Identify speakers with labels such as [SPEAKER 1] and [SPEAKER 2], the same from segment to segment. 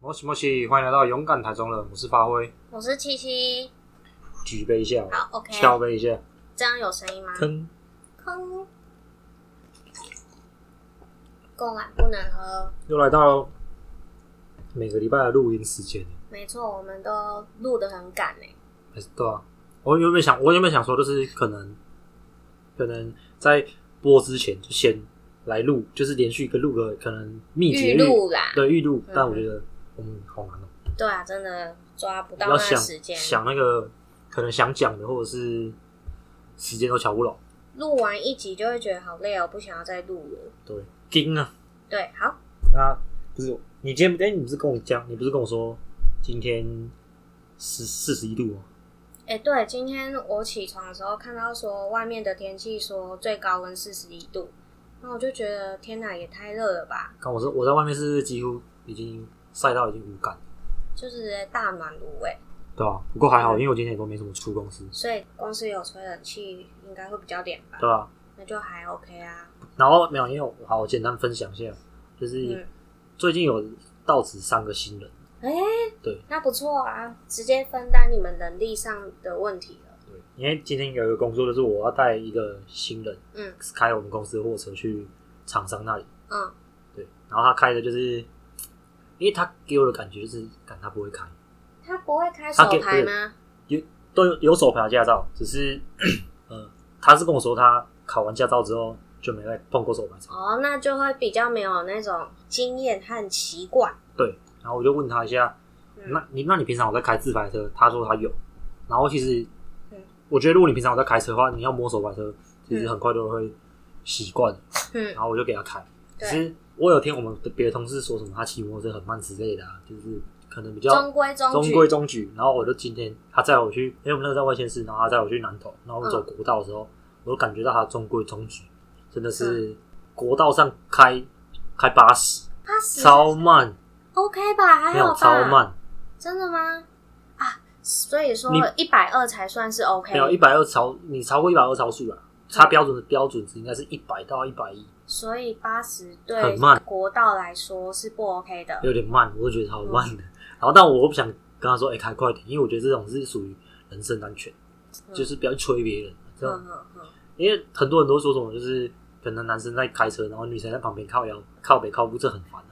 [SPEAKER 1] 莫西莫西，欢迎来到勇敢台中人，我是发挥，
[SPEAKER 2] 我是七七，
[SPEAKER 1] 举杯一下，
[SPEAKER 2] 好，OK，
[SPEAKER 1] 敲杯一下，
[SPEAKER 2] 这样有声音吗？
[SPEAKER 1] 坑
[SPEAKER 2] 空，够了，啊不能喝。
[SPEAKER 1] 又来到每个礼拜的录音时间，
[SPEAKER 2] 没错，我们都录得很赶欸呢、
[SPEAKER 1] 还是对啊，我原本想，我原本想说，就是可能可能在播之前就先来录，就是连续一个录个可能密集
[SPEAKER 2] 预
[SPEAKER 1] 的
[SPEAKER 2] 录啦。
[SPEAKER 1] 对预录
[SPEAKER 2] 嗯，
[SPEAKER 1] 但我觉得我们好难哦、
[SPEAKER 2] 对啊，真的抓不到
[SPEAKER 1] 要
[SPEAKER 2] 那
[SPEAKER 1] 想
[SPEAKER 2] 时间。
[SPEAKER 1] 想那个可能想讲的，或者是时间都瞧不拢，
[SPEAKER 2] 录完一集就会觉得好累哦，不想要再录了。
[SPEAKER 1] 对，惊啊！
[SPEAKER 2] 对，好，
[SPEAKER 1] 那不是你今天哎、你不是跟我讲，你不是跟我说今天十四十一度哦吗？
[SPEAKER 2] 哎、对，今天我起床的时候看到说外面的天气说最高温四十一度，那我就觉得天哪，也太热了吧，
[SPEAKER 1] 看我是我在外面是几乎已经晒到已经无感，
[SPEAKER 2] 就是大暖炉哎、
[SPEAKER 1] 对吧、不过还好，因为我今天也都没什么出公司，
[SPEAKER 2] 所以公司有吹冷气，应该会比较凉吧？
[SPEAKER 1] 对吧、啊
[SPEAKER 2] 那就还 OK 啊。
[SPEAKER 1] 然后没有，因为我好，我简单分享一下，就是
[SPEAKER 2] 嗯，
[SPEAKER 1] 最近有到职三个新人，
[SPEAKER 2] 哎、
[SPEAKER 1] 对，
[SPEAKER 2] 那不错啊，直接分担你们能力上的问题了。
[SPEAKER 1] 对，因为今天有一个工作就是我要带一个新人
[SPEAKER 2] 嗯
[SPEAKER 1] 开我们公司的货车去厂商那里，
[SPEAKER 2] 嗯，
[SPEAKER 1] 对，然后他开的就是，因为他给我的感觉就是，感他不会开。
[SPEAKER 2] 他不会开手
[SPEAKER 1] 啊他给
[SPEAKER 2] 牌吗？
[SPEAKER 1] 都有有手牌的驾照，只是， 呃，他是跟我说他考完驾照之后就没再碰过手牌车。
[SPEAKER 2] 哦，那就会比较没有那种经验和习惯。
[SPEAKER 1] 对，然后我就问他一下，
[SPEAKER 2] 嗯
[SPEAKER 1] 那你那你平常有在开自排车？他说他有。然后其实
[SPEAKER 2] 嗯，
[SPEAKER 1] 我觉得如果你平常有在开车的话，你要摸手牌车，其实很快就会习惯。
[SPEAKER 2] 嗯
[SPEAKER 1] 然，后我就给他开，只
[SPEAKER 2] 对
[SPEAKER 1] 是我有听我们别的同事说什么他骑摩托车很慢之类的、啊，就是可能比较
[SPEAKER 2] 中规中
[SPEAKER 1] 中
[SPEAKER 2] 矩。
[SPEAKER 1] 规中矩。然后我就今天他载我去，因为我们那个在外县市，然后他载我去南投，然后我们走
[SPEAKER 2] 嗯
[SPEAKER 1] 国道的时候，我就感觉到他中规中矩，真的
[SPEAKER 2] 嗯
[SPEAKER 1] 是国道上开开八十，
[SPEAKER 2] 他死
[SPEAKER 1] 超慢，
[SPEAKER 2] OK 吧？还
[SPEAKER 1] 没有
[SPEAKER 2] 好吧？
[SPEAKER 1] 超慢，
[SPEAKER 2] 真的吗？啊，所以说
[SPEAKER 1] 你
[SPEAKER 2] 一百二才算是 OK，
[SPEAKER 1] 没有一百二超，你超过一百二超速了。
[SPEAKER 2] 嗯
[SPEAKER 1] 它标准的标准值应该是一百到一百一，
[SPEAKER 2] 所以八十对
[SPEAKER 1] 很慢
[SPEAKER 2] 国道来说是不 OK 的。
[SPEAKER 1] 有点慢，我就觉得
[SPEAKER 2] 嗯
[SPEAKER 1] 超慢的。然后，但我又不想跟他说，哎、开快点，因为我觉得这种是属于人身安全，
[SPEAKER 2] 嗯
[SPEAKER 1] 就是不要去催别人。这种
[SPEAKER 2] 嗯嗯嗯，
[SPEAKER 1] 因为很多人都说什么，就是可能男生在开车，然后女生在旁边靠腰、靠北、靠步，这很烦、啊。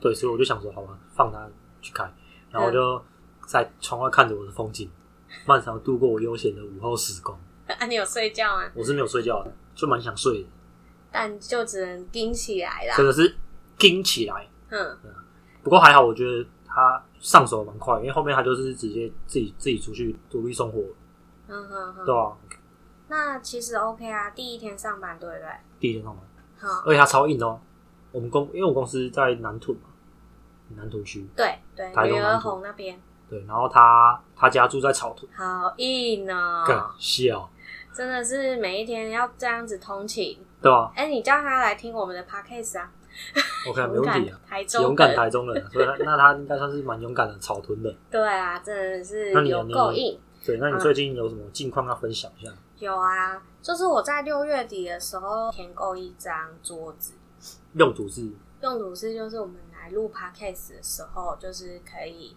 [SPEAKER 1] 对，所以我就想说，好吧，放他去开，然后我就在窗外看着我的风景，漫长地度过我悠闲的午后时光。
[SPEAKER 2] 啊，你有睡觉吗？
[SPEAKER 1] 我是没有睡觉的，就蛮想睡的，
[SPEAKER 2] 但就只能盯起来
[SPEAKER 1] 真的
[SPEAKER 2] 啦。
[SPEAKER 1] 是惊起来。
[SPEAKER 2] 嗯，
[SPEAKER 1] 不过还好，我觉得他上手蛮快，因为后面他就是直接自己自己出去独立生活，
[SPEAKER 2] 嗯哼
[SPEAKER 1] 对啊
[SPEAKER 2] 哼。
[SPEAKER 1] 吧、
[SPEAKER 2] 那其实 OK 啊，第一天上班对不对？
[SPEAKER 1] 第一天上班，
[SPEAKER 2] 好，
[SPEAKER 1] 而且他超硬的哦。我们公因为我公司在南屯嘛，南屯区，
[SPEAKER 2] 对对
[SPEAKER 1] 台，中
[SPEAKER 2] 女
[SPEAKER 1] 南
[SPEAKER 2] 儿
[SPEAKER 1] 部
[SPEAKER 2] 红那边
[SPEAKER 1] 对，然后他他家住在草屯，
[SPEAKER 2] 好硬
[SPEAKER 1] 更
[SPEAKER 2] 哦，
[SPEAKER 1] 笑，
[SPEAKER 2] 真的是每一天要这样子通勤。
[SPEAKER 1] 对吧
[SPEAKER 2] 哎，你叫他来听我们的 podcast 啊，
[SPEAKER 1] ？OK，没
[SPEAKER 2] 勇
[SPEAKER 1] 问题
[SPEAKER 2] 敢
[SPEAKER 1] 啊，
[SPEAKER 2] 台中
[SPEAKER 1] 勇敢
[SPEAKER 2] 人
[SPEAKER 1] 台中人啊，所以他那他应该算是蛮勇敢的草屯的。
[SPEAKER 2] 对啊，真的是
[SPEAKER 1] 那你呢
[SPEAKER 2] 有够硬。
[SPEAKER 1] 对，
[SPEAKER 2] 嗯
[SPEAKER 1] 那你最近有什么近况要分享一下？
[SPEAKER 2] 有啊，就是我在六月底的时候填够一张桌子，
[SPEAKER 1] 用途是
[SPEAKER 2] 用途是就是我们来录 podcast 的时候，就是可以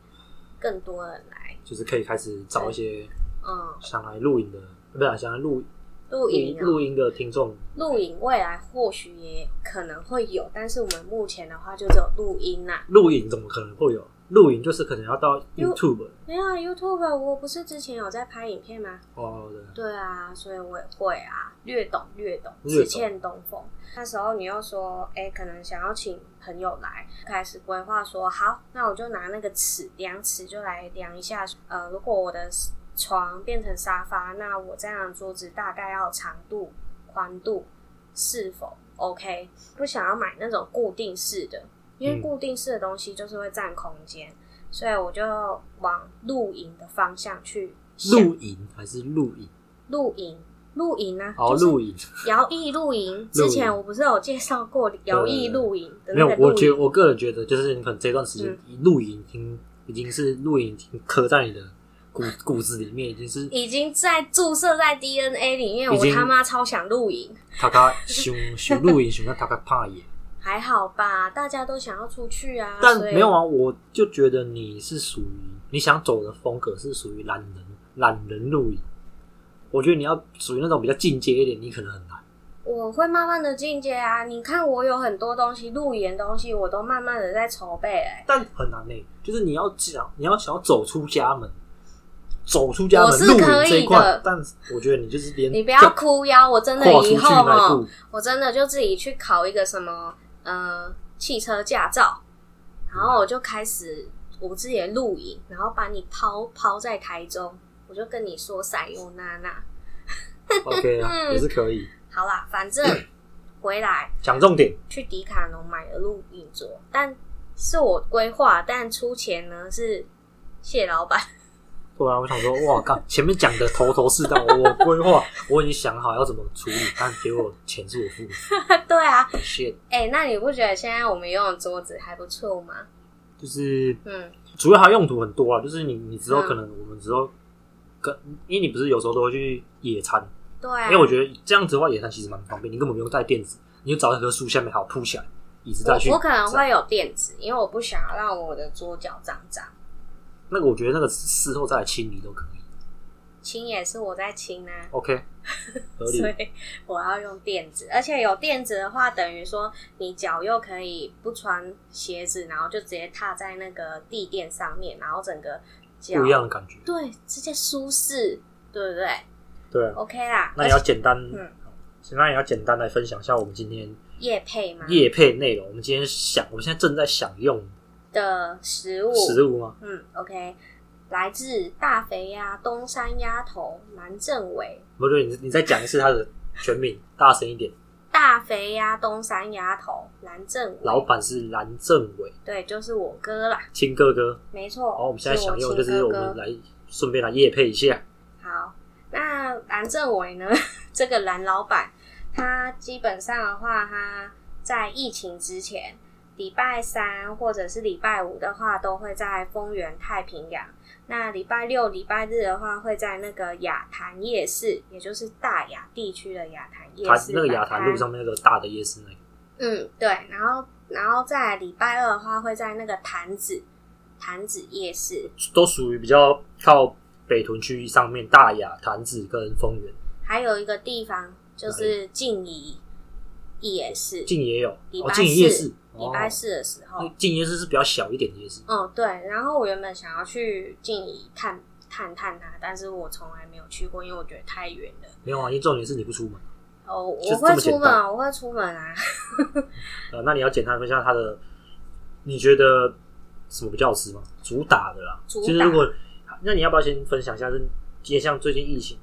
[SPEAKER 2] 更多人来，
[SPEAKER 1] 就是可以开始找一些
[SPEAKER 2] 嗯，
[SPEAKER 1] 想来录影的，不是啊想来录
[SPEAKER 2] 录影啊
[SPEAKER 1] 录音的听众，
[SPEAKER 2] 录影未来或许也可能会有，但是我们目前的话就只有录音啊啦、
[SPEAKER 1] 录影怎么可能会有？录影就是可能要到 YouTube
[SPEAKER 2] 没有啊 YouTube，我不是之前有在拍影片吗？
[SPEAKER 1] 哦对，
[SPEAKER 2] 对啊，所以我也会啊，略懂略懂，
[SPEAKER 1] 略懂
[SPEAKER 2] 只欠东风。那时候你又说，哎、可能想要请朋友来，开始规划说，好，那我就拿那个尺量尺就来量一下，呃，如果我的床变成沙发，那我这样的桌子大概要长度、宽度是否 OK？不想要买那种固定式的，因为
[SPEAKER 1] 嗯
[SPEAKER 2] 固定式的东西就是会占空间，所以我就往露营的方向去想。
[SPEAKER 1] 录影还是录影？
[SPEAKER 2] 露营，露营啊，
[SPEAKER 1] 哦，
[SPEAKER 2] 就是
[SPEAKER 1] 录影
[SPEAKER 2] 摇曳露营。之前我不是有介绍过摇曳露营的
[SPEAKER 1] 没有
[SPEAKER 2] 那个，露
[SPEAKER 1] 我
[SPEAKER 2] 营，
[SPEAKER 1] 觉得我个人觉得，就是你可能这段时间
[SPEAKER 2] 嗯
[SPEAKER 1] 录影已经已经是录影已经刻在你的骨骨子里面，已经 是
[SPEAKER 2] 已经在注射在 DNA 里面。
[SPEAKER 1] 已
[SPEAKER 2] 我
[SPEAKER 1] 经
[SPEAKER 2] 他妈超想露营， 啊
[SPEAKER 1] 他他熊熊录影熊到他他怕野，
[SPEAKER 2] 还好吧，大家都想要出去啊，
[SPEAKER 1] 但
[SPEAKER 2] 所以
[SPEAKER 1] 没有啊，我就觉得你是属于你想走的风格是属于懒人懒人露营。我觉得你要属于那种比较进阶一点，你可能很难。
[SPEAKER 2] 我会慢慢的进阶啊。你看我有很多东西，路演东西我都慢慢的在筹备、欸，
[SPEAKER 1] 但很难呢、就是你要想你要想要走出家门，走出家
[SPEAKER 2] 我
[SPEAKER 1] 门
[SPEAKER 2] 是
[SPEAKER 1] 露营
[SPEAKER 2] 可以
[SPEAKER 1] 这一块
[SPEAKER 2] 的，
[SPEAKER 1] 但我觉得你就是连
[SPEAKER 2] 你不要哭腰，我真的
[SPEAKER 1] 跨出
[SPEAKER 2] 以
[SPEAKER 1] 去
[SPEAKER 2] 后
[SPEAKER 1] 那一
[SPEAKER 2] 哦
[SPEAKER 1] 步，，
[SPEAKER 2] 我真的就自己去考一个什么呃汽车驾照，然后我就开始我自己的露营，然后把你抛抛在台中，我就跟你说塞尤娜娜，
[SPEAKER 1] OK 啊，
[SPEAKER 2] 嗯
[SPEAKER 1] 也是可以。
[SPEAKER 2] 好啦，反正回来
[SPEAKER 1] 讲重点，
[SPEAKER 2] 去迪卡侬买了露营桌，但是我规划，但出钱呢是谢老板，
[SPEAKER 1] 不啊然我想说，哇靠，前面讲的头头是道，我规 划我已经想好要怎么处理，但结果钱是我付的
[SPEAKER 2] 对啊，
[SPEAKER 1] ，shit，
[SPEAKER 2] 哎、那你不觉得现在我们用的桌子还不错吗？
[SPEAKER 1] 就是
[SPEAKER 2] 嗯，
[SPEAKER 1] 主要它用途很多啊，就是你你之后
[SPEAKER 2] 嗯
[SPEAKER 1] 可能我们之后跟，因为你不是有时候都会去野餐，
[SPEAKER 2] 对啊，
[SPEAKER 1] 因为我觉得这样子的话野餐其实蛮方便，你根本不用带垫子，你就找一棵树下面好铺起来，椅子再去
[SPEAKER 2] 我我可能会有垫子，因为我不想要让我的桌角脏脏。
[SPEAKER 1] 那个我觉得那个事后再来清理都可以
[SPEAKER 2] 清也是我在清啊，
[SPEAKER 1] ，OK，合理
[SPEAKER 2] 所。以我要用垫子，而且有垫子的话，等于说你脚又可以不穿鞋子，然后就直接踏在那个地垫上面，然后整个脚
[SPEAKER 1] 不一样的感觉，
[SPEAKER 2] 对，直接舒适，对不对
[SPEAKER 1] 对啊。
[SPEAKER 2] ？OK 啦，
[SPEAKER 1] 那也要简单，
[SPEAKER 2] 嗯
[SPEAKER 1] 那也要简单来分享一下我们今天
[SPEAKER 2] 夜配吗？
[SPEAKER 1] 夜配内容。我们今天想，我们现在正在享用
[SPEAKER 2] 哦的食物，
[SPEAKER 1] 食物吗？
[SPEAKER 2] 嗯，OK，来自大肥鸭、东山鸭头、蓝正伟、
[SPEAKER 1] 不对，你你再讲一次它的全 名，大声一点。
[SPEAKER 2] 大肥鸭、东山鸭头、蓝正伟，
[SPEAKER 1] 老板是蓝政委，
[SPEAKER 2] 对，就是我哥啦，
[SPEAKER 1] 亲哥哥。
[SPEAKER 2] 没错。
[SPEAKER 1] 好，我们现在享用
[SPEAKER 2] 我
[SPEAKER 1] 就
[SPEAKER 2] 亲
[SPEAKER 1] 是我
[SPEAKER 2] 哥
[SPEAKER 1] 们
[SPEAKER 2] 哥
[SPEAKER 1] 来顺便来夜配一下。
[SPEAKER 2] 好，那蓝政委呢？ 这个蓝老板，他基本上的话，他在疫情之前，礼拜三或者是礼拜五的话，都会在丰原太平洋。那礼拜六、礼拜日的话，会在那个雅潭夜市，也就是大雅地区的雅潭夜
[SPEAKER 1] 它
[SPEAKER 2] 市
[SPEAKER 1] 那个
[SPEAKER 2] 摆
[SPEAKER 1] 雅
[SPEAKER 2] 摊
[SPEAKER 1] 坛路上面那个大的夜市那个，
[SPEAKER 2] 嗯，对，然后然后在礼拜二的话，会在那个坛子坛子夜市，
[SPEAKER 1] 都属于比较靠北屯区上面，大雅、潭子跟丰原，
[SPEAKER 2] 还有一个地方就是静怡夜市，
[SPEAKER 1] 静也有，
[SPEAKER 2] 礼
[SPEAKER 1] 哦，
[SPEAKER 2] 拜
[SPEAKER 1] 静
[SPEAKER 2] 四
[SPEAKER 1] 怡夜市，
[SPEAKER 2] 礼拜
[SPEAKER 1] 哦
[SPEAKER 2] 四的时候
[SPEAKER 1] 那，静怡夜市是比较小一点的夜市，
[SPEAKER 2] 哦，对，然后我原本想要去静怡探探探它，但是我从来没有去过，因为我觉得太远了。
[SPEAKER 1] 没有啊，因为重点是你不出门。
[SPEAKER 2] 哦，
[SPEAKER 1] 就
[SPEAKER 2] 我
[SPEAKER 1] 这么
[SPEAKER 2] 会
[SPEAKER 1] 简
[SPEAKER 2] 出门
[SPEAKER 1] 单
[SPEAKER 2] 啊，我会出门啊。
[SPEAKER 1] 呃，那你要简单分享它的，你觉得什么比较好吃吗？主打的啦，
[SPEAKER 2] 主打
[SPEAKER 1] 就是如果那你要不要先分享一下，是因为像最近疫情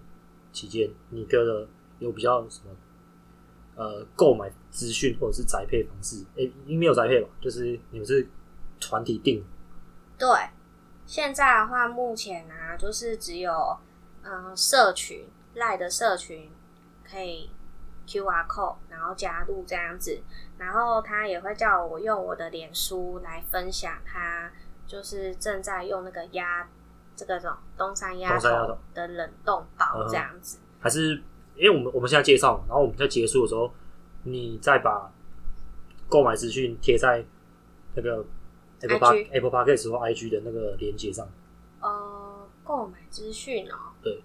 [SPEAKER 1] 期间，你觉得有比较什么呃购买资讯或者是宅配方式？诶、你没有宅配吧？就是你们是团体订，
[SPEAKER 2] 对，现在的话，目前啊，就是只有嗯社群赖的社群可以 QR code，然后加入这样子，然后他也会叫我用我的脸书来分享他就是正在用那个鸭这个种东山鸭
[SPEAKER 1] 东山鸭
[SPEAKER 2] 头
[SPEAKER 1] 头
[SPEAKER 2] 的冷冻包这样子。
[SPEAKER 1] 还是因为我们我们现在介绍嘛，然后我们在结束的时候，你再把购买资讯贴在那个 Apple Park
[SPEAKER 2] IG
[SPEAKER 1] Apple Park 或 IG 的那个连接上。
[SPEAKER 2] 呃，购买资讯哦，
[SPEAKER 1] 嗯对，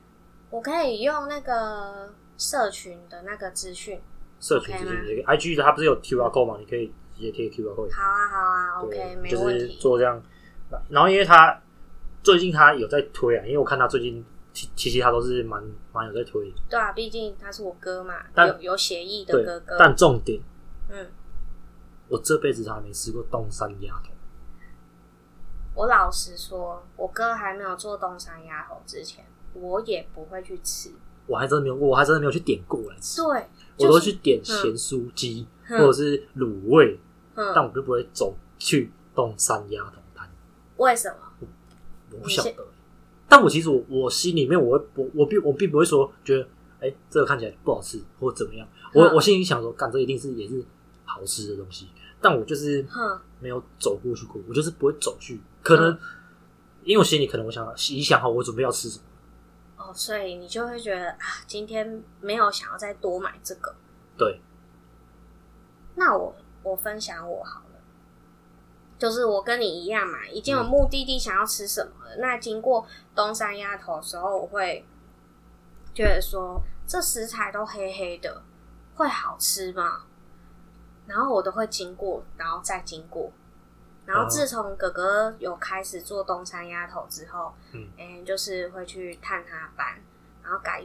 [SPEAKER 2] 我可以用那个社群的那个资讯。
[SPEAKER 1] 社群
[SPEAKER 2] OK
[SPEAKER 1] 之
[SPEAKER 2] 吗
[SPEAKER 1] 间也可以，IG 的它不是有 QR code 嘛？你可以直接贴 QR code。
[SPEAKER 2] 好啊，好啊，OK，
[SPEAKER 1] 对，
[SPEAKER 2] 没
[SPEAKER 1] 就
[SPEAKER 2] 问
[SPEAKER 1] 是
[SPEAKER 2] 题。
[SPEAKER 1] 做这样。那然后因为它最近它有在推啊，因为我看它最近其其实它都是蛮蛮有在推的，
[SPEAKER 2] 对啊，毕竟他是我哥嘛，
[SPEAKER 1] 但
[SPEAKER 2] 有有协议的
[SPEAKER 1] 对
[SPEAKER 2] 哥哥。
[SPEAKER 1] 但重点，
[SPEAKER 2] 嗯，
[SPEAKER 1] 我这辈子还没吃过东山鸭头，
[SPEAKER 2] 我老实说，我哥还没有做东山鸭头之前，我也不会去吃。
[SPEAKER 1] 我还真的没有，我还真的没有去点过来吃，
[SPEAKER 2] 对，
[SPEAKER 1] 我
[SPEAKER 2] 就
[SPEAKER 1] 都
[SPEAKER 2] 是
[SPEAKER 1] 去点咸酥鸡或
[SPEAKER 2] 嗯
[SPEAKER 1] 者是卤味，但
[SPEAKER 2] 嗯，
[SPEAKER 1] 我就不会走去东山鸭头摊。
[SPEAKER 2] 为什么？
[SPEAKER 1] 我不
[SPEAKER 2] 你
[SPEAKER 1] 晓
[SPEAKER 2] 是
[SPEAKER 1] 得。但我其实我我心里面我会我我并我并不会说觉得哎、这个看起来不好吃或怎么样，我、
[SPEAKER 2] 嗯
[SPEAKER 1] 我心里想说干这一定是也是好吃的东西，但我就是
[SPEAKER 2] 哼，
[SPEAKER 1] 没有走过去过，我就是不会走去，可能、
[SPEAKER 2] 嗯
[SPEAKER 1] 因为我心里可能我想已想好我准备要吃什么，
[SPEAKER 2] 哦，所以你就会觉得啊，今天没有想要再多买这个。
[SPEAKER 1] 对，
[SPEAKER 2] 那我我分享我好了，就是我跟你一样嘛，已经有目的地想要吃什么了。那经过东山鸭头的时候，我会觉得说这食材都黑黑的，会好吃吗？然后我都会经过，然后再经过。然后自从哥哥有开始做东山鸭头之后，
[SPEAKER 1] 嗯
[SPEAKER 2] 嗯，就是会去探他班，然后改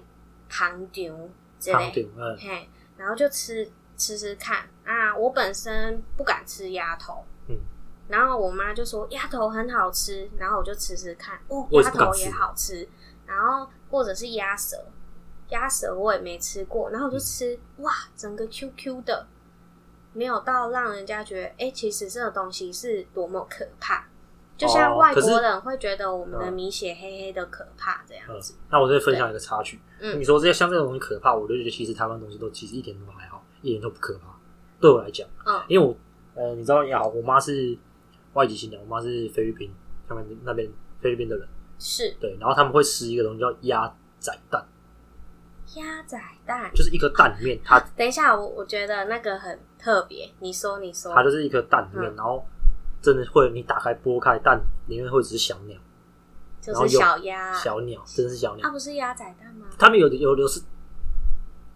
[SPEAKER 2] 糖丢之
[SPEAKER 1] 汤
[SPEAKER 2] 类，
[SPEAKER 1] 顶，嗯，
[SPEAKER 2] 嘿，然后就吃吃吃看啊。我本身不敢吃鸭头，
[SPEAKER 1] 嗯，
[SPEAKER 2] 然后我妈就说鸭头很好吃，然后我就吃吃看，哦，
[SPEAKER 1] 我也
[SPEAKER 2] 鸭
[SPEAKER 1] 是不敢
[SPEAKER 2] 头
[SPEAKER 1] 吃
[SPEAKER 2] 也好吃，然后或者是鸭舌，鸭舌我也没吃过，然后我
[SPEAKER 1] 嗯
[SPEAKER 2] 就吃，哇，整个 QQ 的，没有到让人家觉得，哎、其实这个东西是多么可怕。就像
[SPEAKER 1] 哦
[SPEAKER 2] 外
[SPEAKER 1] 可是
[SPEAKER 2] 国人会觉得我们的
[SPEAKER 1] 嗯
[SPEAKER 2] 米血黑黑的可怕这样
[SPEAKER 1] 嗯
[SPEAKER 2] 子，，
[SPEAKER 1] 那我再分享一个插曲。
[SPEAKER 2] 嗯
[SPEAKER 1] 你说这些像这种东西可怕，我就觉得其实台湾东西都其实一点都还好，一点都不可怕。对我来讲，
[SPEAKER 2] 嗯
[SPEAKER 1] 因为我呃，你知道也好，我妈是外籍新娘，我妈是菲律宾，他们那边菲律宾的人，
[SPEAKER 2] 是
[SPEAKER 1] 对，然后他们会吃一个东西叫鸭仔蛋，
[SPEAKER 2] 鸭仔蛋。
[SPEAKER 1] 就是一颗蛋里面，它
[SPEAKER 2] 等一下，我我觉得那个很特别。你说，你说，
[SPEAKER 1] 它就是一颗蛋里面，
[SPEAKER 2] 嗯
[SPEAKER 1] 然后真的会你打开剥开蛋里面会只是小鸟，
[SPEAKER 2] 就
[SPEAKER 1] 然后
[SPEAKER 2] 是
[SPEAKER 1] 有
[SPEAKER 2] 小鸭，
[SPEAKER 1] 小鸟，真的是小鸟
[SPEAKER 2] 啊，。不是鸭仔蛋吗？
[SPEAKER 1] 他们有的有的是，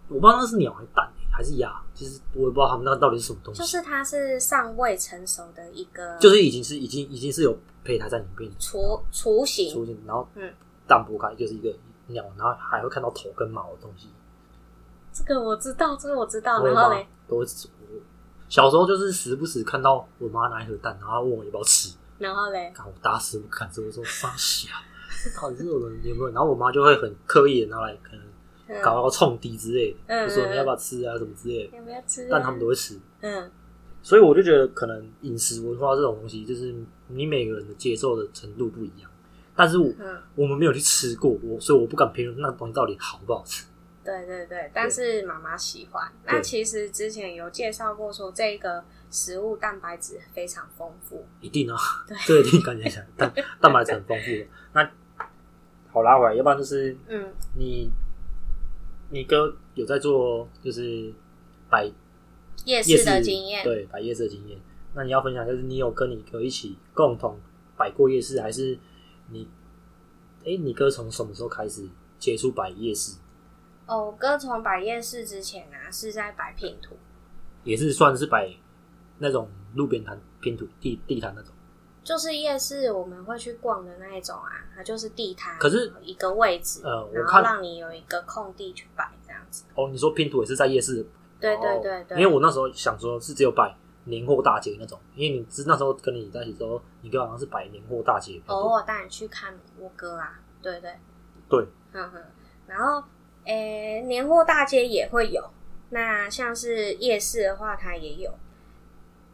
[SPEAKER 1] 我不知道那是鸟还是蛋欸还是鸭，其实我也不知道他们那到底是什么东西
[SPEAKER 2] 就。是它是尚未成熟的一个，
[SPEAKER 1] 就是已经是已经已经是有胚胎在里面
[SPEAKER 2] 雏雏
[SPEAKER 1] 出
[SPEAKER 2] 形，
[SPEAKER 1] 现，然后
[SPEAKER 2] 嗯
[SPEAKER 1] 蛋剥开就是一个鸟，然后还会看到头跟毛的东西。
[SPEAKER 2] 这个我知道，这个我知道。
[SPEAKER 1] 我也
[SPEAKER 2] 嗯然
[SPEAKER 1] 妈
[SPEAKER 2] 后嘞，
[SPEAKER 1] 都会吃我小时候就是时不时看到我妈拿一盒蛋，然后她问我要不要吃，
[SPEAKER 2] 然后嘞，
[SPEAKER 1] 看我打死不敢吃，我说放 下，到底是有人有没有？然后我妈就会很刻意的拿来可能
[SPEAKER 2] 嗯，
[SPEAKER 1] 搞到冲滴之类的，
[SPEAKER 2] 嗯
[SPEAKER 1] 就说你要不要吃啊什么之类的，
[SPEAKER 2] 要不要吃、啊？
[SPEAKER 1] 但他们都会吃。
[SPEAKER 2] 嗯，
[SPEAKER 1] 所以我就觉得，可能饮食文化这种东西，就是你每个人的接受的程度不一样。但是我
[SPEAKER 2] 嗯
[SPEAKER 1] 我们没有去吃过，我所以我不敢评论那东西到底好不好吃。
[SPEAKER 2] 对对对。但是妈妈喜欢。那
[SPEAKER 1] 对
[SPEAKER 2] 其实之前有介绍过说，这个食物蛋白质非常丰富。
[SPEAKER 1] 一定啊，
[SPEAKER 2] 对
[SPEAKER 1] 这一定感觉起来蛋蛋白质很丰富的。那好拉回来，要不然就是
[SPEAKER 2] 嗯，
[SPEAKER 1] 你你哥有在做就是摆
[SPEAKER 2] 夜
[SPEAKER 1] 夜
[SPEAKER 2] 市
[SPEAKER 1] 市
[SPEAKER 2] 的经验，
[SPEAKER 1] 对摆夜市的经验。那你要分享就是你有跟你哥一起共同摆过夜市，还是你？哎、你哥从什么时候开始接触摆夜市？
[SPEAKER 2] 哦，我哥从摆夜市之前啊，是在摆拼图。
[SPEAKER 1] 也是算是摆那种路边摊拼图地地摊那种。
[SPEAKER 2] 就是夜市我们会去逛的那一种啊，它就是地摊，
[SPEAKER 1] 可是
[SPEAKER 2] 一个位置，
[SPEAKER 1] 呃我
[SPEAKER 2] 然后
[SPEAKER 1] 看
[SPEAKER 2] 让你有一个空地去摆这样子。
[SPEAKER 1] 哦，你说拼图也是在夜市？
[SPEAKER 2] 对
[SPEAKER 1] 哦
[SPEAKER 2] 对对对，
[SPEAKER 1] 因为我那时候想说是只有摆年货大街那种，因为你知那时候跟你在一起之后，你哥好像是摆年货大街比较多
[SPEAKER 2] 偶尔带你去看我哥啊，对对，
[SPEAKER 1] 对，
[SPEAKER 2] 嗯哼。然后诶、年货大街也会有，那像是夜市的话，它也有。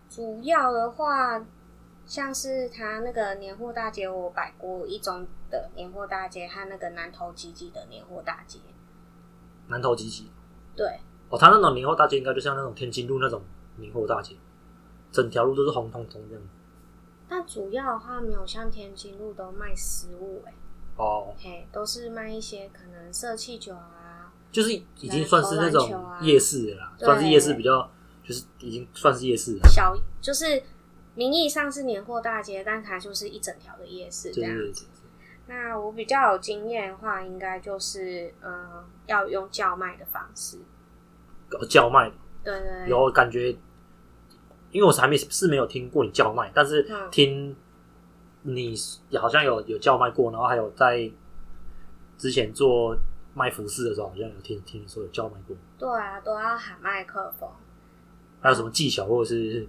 [SPEAKER 2] 主要的话，像是它那个年货大街，我摆过一中的年货大街和那个南投吉吉的年货大街，
[SPEAKER 1] 南投集集。
[SPEAKER 2] 对。
[SPEAKER 1] 哦，他那种年货大街应该就像那种天津路那种年货大街，整条路都是红彤彤这样。
[SPEAKER 2] 但主要的话，没有像天津路都卖食物、欸，
[SPEAKER 1] 哦，
[SPEAKER 2] 嘿，都是卖一些可能色气酒啊，
[SPEAKER 1] 就是已经算是那种
[SPEAKER 2] 篮球啊
[SPEAKER 1] 夜市了啦，
[SPEAKER 2] 对
[SPEAKER 1] 算是夜市比较，就是已经算是夜市了，
[SPEAKER 2] 小就是名义上是年货大街，但它就是一整条的夜市这
[SPEAKER 1] 对
[SPEAKER 2] 样。
[SPEAKER 1] 对对。
[SPEAKER 2] 那我比较有经验的话，应该就是嗯，要用叫卖的方式，
[SPEAKER 1] 哦叫卖
[SPEAKER 2] 对对
[SPEAKER 1] 然
[SPEAKER 2] 对，
[SPEAKER 1] 后感觉，因为我还没是没有听过你叫卖，但是
[SPEAKER 2] 嗯
[SPEAKER 1] 听你好像有有叫卖过，然后还有在之前做卖服饰的时候，好像有听听你说有叫卖过，
[SPEAKER 2] 对啊，都要喊麦克风。
[SPEAKER 1] 还有什么技巧或者是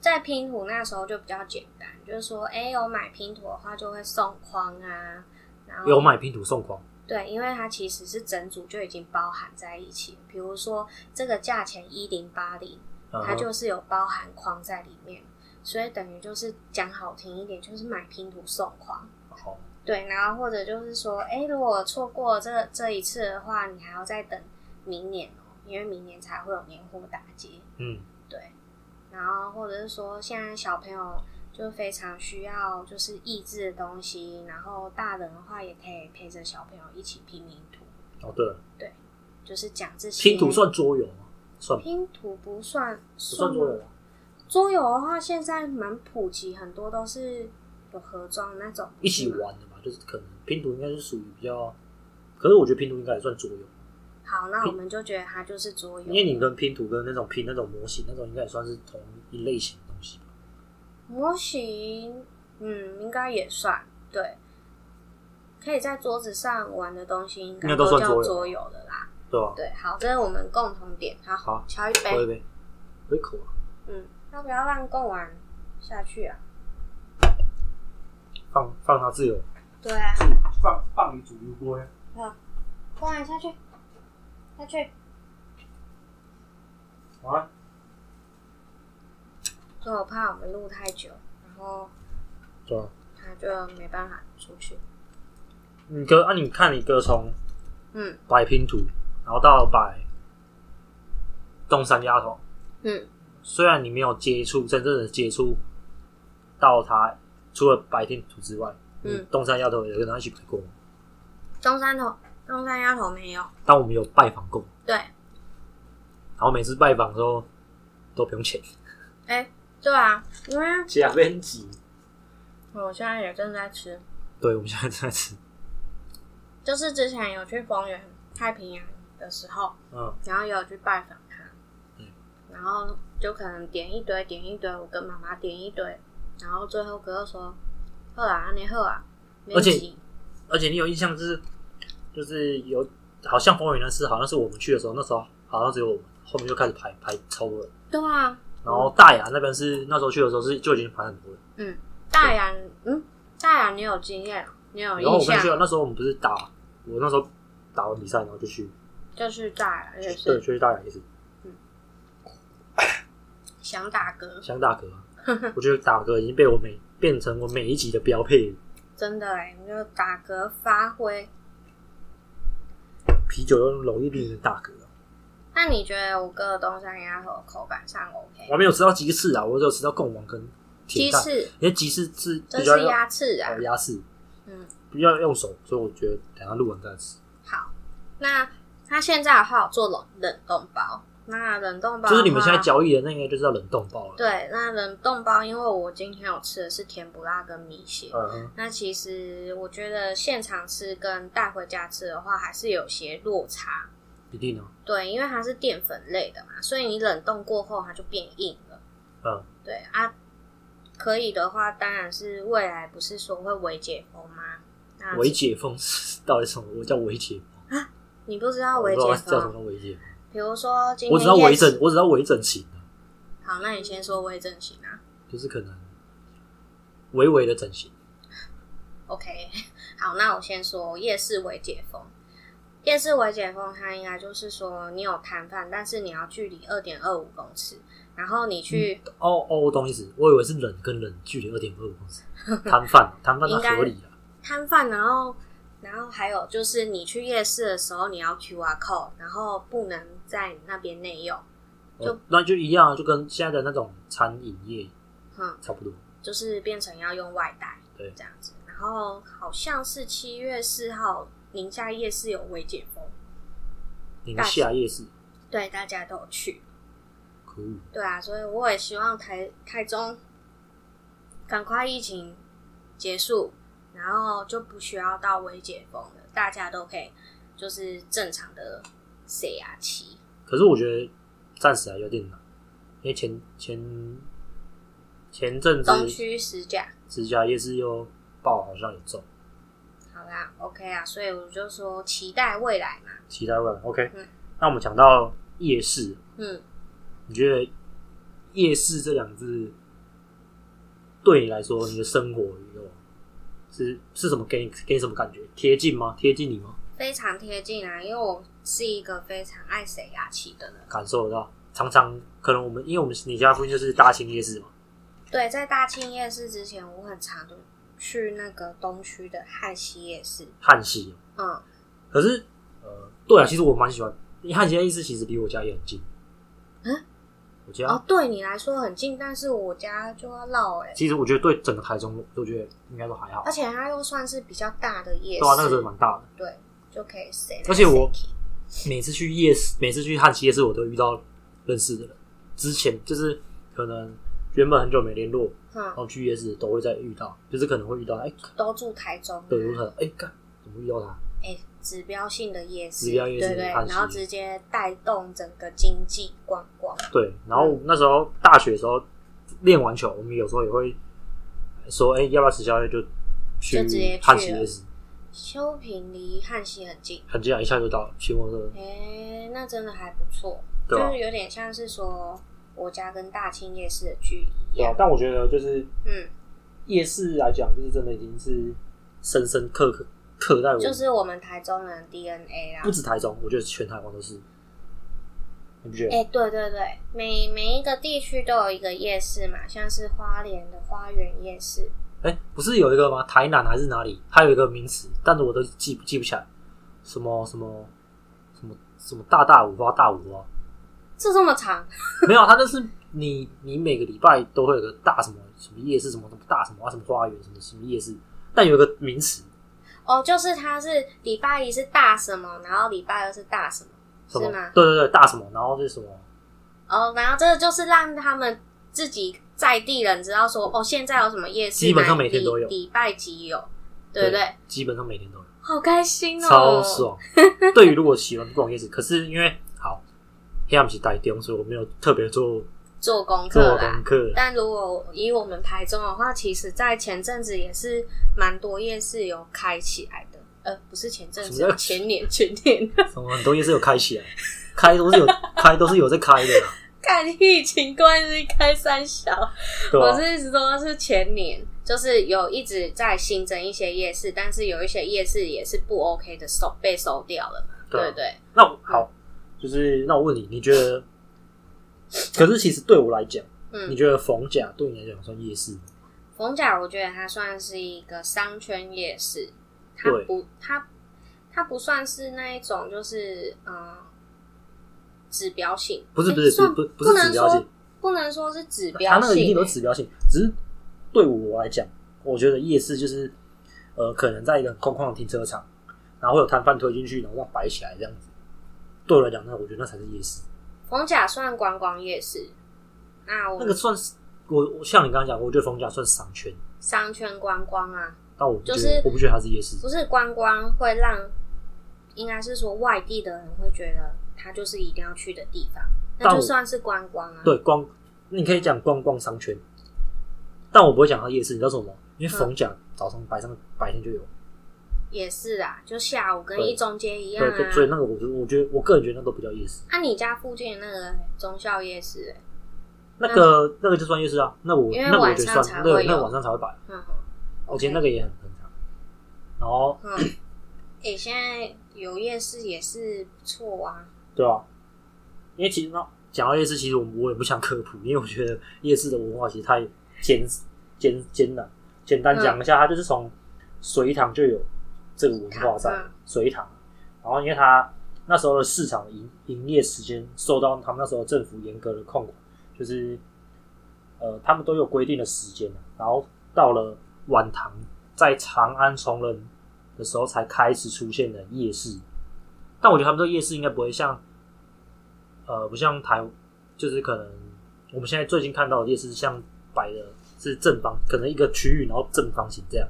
[SPEAKER 2] 在拼图那时候就比较简单，就是说，哎、有买拼图的话就会送框啊，然后
[SPEAKER 1] 有买拼图送光
[SPEAKER 2] 对，因为它其实是整组就已经包含在一起。比如说这个价钱一零八零，
[SPEAKER 1] 嗯
[SPEAKER 2] 它就是有包含框在里面，所以等于就是讲好听一点，就是买拼图送框。
[SPEAKER 1] 好
[SPEAKER 2] 对，然后或者就是说，哎，如果错过这这一次的话，你还要再等明年哦，因为明年才会有年货大街。
[SPEAKER 1] 嗯
[SPEAKER 2] 对，然后或者是说现在小朋友就非常需要就是益智的东西，然后大人的话也可以陪着小朋友一起拼拼图，
[SPEAKER 1] 哦对了，
[SPEAKER 2] 就是讲这些
[SPEAKER 1] 拼图算桌游吗？算不
[SPEAKER 2] 拼图不算
[SPEAKER 1] 算桌游啊？
[SPEAKER 2] 桌游的话，现在蛮普及，很多都是有盒装那种
[SPEAKER 1] 一起玩的嘛，就是可能拼图应该是属于比较，可是我觉得拼图应该也算桌游，
[SPEAKER 2] 好，那我们就觉得它就是桌
[SPEAKER 1] 因为
[SPEAKER 2] 游。
[SPEAKER 1] 你跟拼图跟那种拼那种模型那种应该也算是同一类型的东西吧。
[SPEAKER 2] 模型，嗯，应该也算对。可以在桌子上玩的东西，应
[SPEAKER 1] 应
[SPEAKER 2] 该
[SPEAKER 1] 该都算
[SPEAKER 2] 叫
[SPEAKER 1] 桌游
[SPEAKER 2] 桌游的啦。
[SPEAKER 1] 对吧？
[SPEAKER 2] 对，好，这是我们共同点。好，
[SPEAKER 1] 好
[SPEAKER 2] 敲一
[SPEAKER 1] 喝一
[SPEAKER 2] 杯。
[SPEAKER 1] 杯，喝一口啊，
[SPEAKER 2] 嗯，要不要让贡丸下去啊？
[SPEAKER 1] 放放它自由。
[SPEAKER 2] 对啊，
[SPEAKER 3] 放放你煮油锅呀，
[SPEAKER 2] 好，贡丸下去，下去。
[SPEAKER 3] 好啊，
[SPEAKER 2] 所以我怕我们录太久，然后
[SPEAKER 1] 对啊，
[SPEAKER 2] 他就没办法出去。
[SPEAKER 1] 你哥啊，你看你哥从
[SPEAKER 2] 嗯
[SPEAKER 1] 摆拼图，然后到摆东山丫头，
[SPEAKER 2] 嗯，
[SPEAKER 1] 虽然你没有接触真正的接触到他，除了白天图之外，
[SPEAKER 2] 嗯
[SPEAKER 1] 嗯，东山丫头也跟他一起拍过，
[SPEAKER 2] 东山头东山丫头没有。
[SPEAKER 1] 但我们有拜访过，
[SPEAKER 2] 对，
[SPEAKER 1] 然后每次拜访的时候都不用钱，
[SPEAKER 2] 哎、对啊，因为
[SPEAKER 1] 假编辑。
[SPEAKER 2] 我现在也正在吃，
[SPEAKER 1] 对，我们现在在吃，
[SPEAKER 2] 就是之前有去丰原太平洋的时候，
[SPEAKER 1] 嗯，
[SPEAKER 2] 然后也有去拜访他，
[SPEAKER 1] 嗯
[SPEAKER 2] 然后就可能点一堆，点一堆，我跟妈妈点一堆，然后最后哥就说：“好啊，你好啊，没
[SPEAKER 1] 而且
[SPEAKER 2] 急。
[SPEAKER 1] 而且你有印象就是就是有好像风云那次，好像是我们去的时候，那时候好像只有我们，后面就开始排排超多人，”
[SPEAKER 2] 对啊，
[SPEAKER 1] 然后大雅那边是那时候去的时候是就已经排很多人，
[SPEAKER 2] 嗯，大然，嗯，大然，你有经验，啊你有
[SPEAKER 1] 然后我
[SPEAKER 2] 哦印
[SPEAKER 1] 跟你说
[SPEAKER 2] 象，
[SPEAKER 1] 那时候我们不是打我那时候打完比赛，然后就去，
[SPEAKER 2] 就是大然也
[SPEAKER 1] 对，
[SPEAKER 2] 是
[SPEAKER 1] 就去大雅也是。
[SPEAKER 2] 想打嗝，
[SPEAKER 1] 想打嗝啊， 我觉得打嗝已经被我每变成我每一集的标配了。
[SPEAKER 2] 真的哎、你就打嗝发挥。
[SPEAKER 1] 啤酒又容易令人打嗝啊、
[SPEAKER 2] 那你觉得我哥的东山鸭头口感上 OK？
[SPEAKER 1] 我还没有吃到鸡翅啊，我只有吃到贡丸跟
[SPEAKER 2] 鸡
[SPEAKER 1] 铁蛋。
[SPEAKER 2] 翅，
[SPEAKER 1] 因为鸡翅是
[SPEAKER 2] 这
[SPEAKER 1] 比较
[SPEAKER 2] 是
[SPEAKER 1] 要
[SPEAKER 2] 鸭翅啊
[SPEAKER 1] 呃。鸭翅，
[SPEAKER 2] 嗯，
[SPEAKER 1] 比较用手，所以我觉得等一下录完再吃。
[SPEAKER 2] 好。那他现在的话有做冷冷冻包，那冷冻包的
[SPEAKER 1] 就是你们
[SPEAKER 2] 话
[SPEAKER 1] 现在交易的那个，就是要冷冻包了。
[SPEAKER 2] 对，那冷冻包，因为我今天有吃的是甜不辣跟米血。
[SPEAKER 1] 嗯哼，
[SPEAKER 2] 那其实我觉得现场吃跟带回家吃的话，还是有些落差。
[SPEAKER 1] 一定啊。
[SPEAKER 2] 对，因为它是淀粉类的嘛，所以你冷冻过后它就变硬了。
[SPEAKER 1] 嗯，
[SPEAKER 2] 对啊，可以的话，当然是未来不是说会微解封吗？那
[SPEAKER 1] 维解封 是到底什么？我叫维解封，
[SPEAKER 2] 你不知道
[SPEAKER 1] 我
[SPEAKER 2] 啊微
[SPEAKER 1] 不知
[SPEAKER 2] 解
[SPEAKER 1] 道叫什么
[SPEAKER 2] 封？
[SPEAKER 1] 叫维解封。
[SPEAKER 2] 比如说今
[SPEAKER 1] 我只
[SPEAKER 2] 天
[SPEAKER 1] 知道
[SPEAKER 2] 夜
[SPEAKER 1] 维
[SPEAKER 2] 市
[SPEAKER 1] 整，我只知道维整形啊，
[SPEAKER 2] 好，那你先说微整形啊。
[SPEAKER 1] 就是可能微微的整形。
[SPEAKER 2] OK，好， 那我先说夜市为解封。夜市为解封，它应该就是说你有摊贩，但是你要距离二点二五公尺，然后你去、
[SPEAKER 1] 哦哦，我懂意思，我以为是人跟人距离二点二公尺， 摊贩摊贩它
[SPEAKER 2] 应该
[SPEAKER 1] 合理啊，
[SPEAKER 2] 摊贩，然后然后还有就是你去夜市的时候，你要 QR code，然后不能在你那边内用，就
[SPEAKER 1] 哦那就一样啊，就跟现在的那种餐饮业
[SPEAKER 2] 嗯，
[SPEAKER 1] 差不多。
[SPEAKER 2] 就是变成要用外带，
[SPEAKER 1] 对
[SPEAKER 2] 这样子。然后好像是七月四号宁夏夜市有微解封，
[SPEAKER 1] 宁夏夜市，
[SPEAKER 2] 对，大家都有去。
[SPEAKER 1] 可恶，
[SPEAKER 2] 对啊，所以我也希望台台中赶快疫情结束，然后就不需要到微解封了，大家都可以就是正常的 C R 期。
[SPEAKER 1] 可是我觉得暂时还有点难，因为前前前阵子
[SPEAKER 2] 东区十甲，
[SPEAKER 1] 直辖夜市又爆，好像有中，
[SPEAKER 2] 好啦，OK 啊，所以我就说期待未来嘛，
[SPEAKER 1] 期待未来。OK，、
[SPEAKER 2] 嗯
[SPEAKER 1] 那我们讲到夜市，
[SPEAKER 2] 嗯，
[SPEAKER 1] 你觉得夜市这两字对你来说，你的生活有是是什么给你给你什么感觉？贴近吗？贴近你吗？
[SPEAKER 2] 非常贴近啊，因为我是一个非常爱 C R 期的人。
[SPEAKER 1] 感受得到？常常可能我们因为我们你家附近就是大兴夜市嘛，
[SPEAKER 2] 对，在大庆夜市之前，我很常就去那个东区的汉西夜市，
[SPEAKER 1] 汉西哦。
[SPEAKER 2] 嗯，
[SPEAKER 1] 可是呃，对啊，其实我蛮喜欢，因为汉西夜市其实离我家也很近。
[SPEAKER 2] 嗯，
[SPEAKER 1] 我家、
[SPEAKER 2] 哦，对你来说很近，但是我家就要绕哎、
[SPEAKER 1] 其实我觉得对整个台中，我觉得应该都还好
[SPEAKER 2] 而。且它又算是比较大的夜市，
[SPEAKER 1] 对啊，那个时候蛮大的。
[SPEAKER 2] 对就可以塞来塞去。
[SPEAKER 1] 而且我每次去夜市，每次去汉西夜市，我都遇到认识的人。之前就是可能原本很久没联络，然
[SPEAKER 2] 嗯，
[SPEAKER 1] 后去夜市都会再遇到，就是可能会遇到，哎、
[SPEAKER 2] 都住台中，
[SPEAKER 1] 对，有可能，哎、干，怎么遇到他？
[SPEAKER 2] 哎、指标性的夜市，
[SPEAKER 1] 指标夜市
[SPEAKER 2] 对对，
[SPEAKER 1] 按时
[SPEAKER 2] 然后直接带动整个经济观光。
[SPEAKER 1] 对，然后那时候大学的时候练完球，我们有时候也会说，哎、要不要吃宵夜就去
[SPEAKER 2] 就直接去
[SPEAKER 1] 汉西夜市，
[SPEAKER 2] 修平离汉西很近，
[SPEAKER 1] 很近啊，一下就到，骑摩托车，
[SPEAKER 2] 哎、那真的还不错，
[SPEAKER 1] 对啊吧、
[SPEAKER 2] 就是有点像是说我家跟大庆夜市的距离一
[SPEAKER 1] 对啊
[SPEAKER 2] 样，。
[SPEAKER 1] 但我觉得就是
[SPEAKER 2] 嗯，
[SPEAKER 1] 夜市来讲，就是真的已经是深深刻刻刻在我，
[SPEAKER 2] 就是我们台中人的 DNA 啦
[SPEAKER 1] 不。止台中，我觉得全台湾都是，你不觉得？
[SPEAKER 2] 哎、对对对，每每一个地区都有一个夜市嘛，像是花莲的花园夜市，
[SPEAKER 1] 哎、不是有一个吗？台南还是哪里？它有一个名词，但是我都记不记不起来，什么什么什么什么大大五花大五花，
[SPEAKER 2] 这这么长，
[SPEAKER 1] 没有，啊它就是你你每个礼拜都会有个大什么什么夜市，什么什么大什么、啊、什么花园，什么什么夜市，但有一个名词，
[SPEAKER 2] 哦，就是它是礼拜一是大什么，然后礼拜二是大什么，
[SPEAKER 1] 什么
[SPEAKER 2] 是吗
[SPEAKER 1] 对对对，大什么，然后是什么，
[SPEAKER 2] 哦，然后这个就是让他们自己在地人知道说，哦，现在有什么夜市，
[SPEAKER 1] 基本上
[SPEAKER 2] 哪
[SPEAKER 1] 每天都有
[SPEAKER 2] 礼礼拜几有，对不对？
[SPEAKER 1] 基本上每天都有。
[SPEAKER 2] 好开心哦，
[SPEAKER 1] 超 爽。对于如果喜欢逛夜市，可是因为好黑暗是带电，所以我没有特别做
[SPEAKER 2] 做功
[SPEAKER 1] 做
[SPEAKER 2] 课啦
[SPEAKER 1] 功。课。
[SPEAKER 2] 但如果以我们台中的话，其实，在前阵子也是蛮多夜市有开起来的。呃，不是前阵
[SPEAKER 1] 什么
[SPEAKER 2] 子
[SPEAKER 1] 叫，
[SPEAKER 2] 前年，前年，
[SPEAKER 1] 什么很多夜市有开起来，开都是有开都是有在开的啦，
[SPEAKER 2] 看疫情关系开三小。
[SPEAKER 1] 对啊吧、
[SPEAKER 2] 我是说，是前年，就是有一直在新增一些夜市，但是有一些夜市也是不 OK 的收被收掉了嘛，
[SPEAKER 1] 对啊
[SPEAKER 2] 对不对？
[SPEAKER 1] 那我好，就是那我问你，你觉得？可是其实对我来讲，你
[SPEAKER 2] 嗯，
[SPEAKER 1] 觉得逢甲对你来讲算夜市吗？
[SPEAKER 2] 逢甲我觉得它算是一个商圈夜市，它
[SPEAKER 1] 对
[SPEAKER 2] 不，它它不算是那一种就是嗯指标性，
[SPEAKER 1] 不是
[SPEAKER 2] 诶
[SPEAKER 1] 不是
[SPEAKER 2] 算
[SPEAKER 1] 不是不
[SPEAKER 2] 不
[SPEAKER 1] 是
[SPEAKER 2] 能
[SPEAKER 1] 指标性
[SPEAKER 2] 说，不能说是指
[SPEAKER 1] 它
[SPEAKER 2] 标
[SPEAKER 1] 那个一
[SPEAKER 2] 性
[SPEAKER 1] 定
[SPEAKER 2] 欸、
[SPEAKER 1] 都是指标性，只是对我来讲，我觉得夜市就是呃，可能在一个很空旷的停车场，然后会有摊贩推进去，然后让摆起来这样子。对我来讲，那我觉得那才是夜市，
[SPEAKER 2] 逢甲算观光夜市，那我
[SPEAKER 1] 那个
[SPEAKER 2] 们
[SPEAKER 1] 算是我我像你刚刚讲，我觉得逢甲算商圈，
[SPEAKER 2] 商圈观光啊，
[SPEAKER 1] 但我不觉得、
[SPEAKER 2] 就是
[SPEAKER 1] 我不觉得它是夜市。
[SPEAKER 2] 不是观光会让，应该是说外地的人会觉得它就是一定要去的地方，那
[SPEAKER 1] 但
[SPEAKER 2] 就
[SPEAKER 1] 我
[SPEAKER 2] 算是观光啊。
[SPEAKER 1] 对，光你可以讲逛逛商圈，但我不会讲它夜市，你知道什么吗？因为
[SPEAKER 2] 嗯
[SPEAKER 1] 逢甲早上白上白天就有，
[SPEAKER 2] 也是啊，就下午跟
[SPEAKER 1] 对
[SPEAKER 2] 一中街一样
[SPEAKER 1] 对，
[SPEAKER 2] 啊
[SPEAKER 1] 就。所以那个我就我觉得我个人觉得那都不叫夜市，
[SPEAKER 2] 啊，你家附近的那个忠孝夜市、欸，
[SPEAKER 1] 那个那个就算夜市啊，那我
[SPEAKER 2] 嗯因为
[SPEAKER 1] 那个我
[SPEAKER 2] 晚
[SPEAKER 1] 觉
[SPEAKER 2] 上
[SPEAKER 1] 得
[SPEAKER 2] 才
[SPEAKER 1] 算，那个
[SPEAKER 2] 会
[SPEAKER 1] 那个
[SPEAKER 2] 有
[SPEAKER 1] 晚上才会摆。
[SPEAKER 2] 嗯
[SPEAKER 1] 我觉得那个也很正常。然后，
[SPEAKER 2] 嗯， 哎、欸现在有夜市也是不错啊。
[SPEAKER 1] 对啊，因为其实呢，讲到夜市，其实我我也不想科普，因为我觉得夜市的文化其实太艰艰艰难。简单讲一下，它就是从隋唐就有这个文化在
[SPEAKER 2] 嗯
[SPEAKER 1] 隋唐，然后因为它那时候的市场营营业时间受到他们那时候政府严格的控管，就是呃，他们都有规定的时间啊，然后到了晚唐，在长安崇仁的时候才开始出现了夜市。但我觉得他们这个夜市应该不会像，呃，不像台，就是可能我们现在最近看到的夜市，像摆的是正方，可能一个区域，然后正方形这样，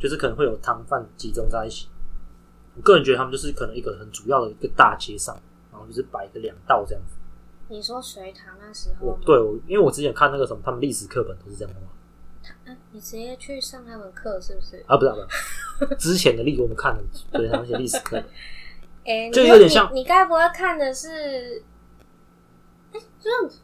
[SPEAKER 1] 就是可能会有摊贩集中在一起。我个人觉得他们就是可能一个很主要的一个大街上，然后就是摆个两道这样子。
[SPEAKER 2] 你说隋唐那时候
[SPEAKER 1] 我
[SPEAKER 2] 吗，
[SPEAKER 1] 对我，因为我之前看那个什么，他们历史课本都是这样的嘛。
[SPEAKER 2] 嗯、你直接去上他们课是不是？
[SPEAKER 1] 啊，不是、啊、不是、之前的历我们看的，对，他们写历史课本。
[SPEAKER 2] 哎、你
[SPEAKER 1] 就
[SPEAKER 2] 看
[SPEAKER 1] 有点像
[SPEAKER 2] 你，你该不会看的是，哎、就是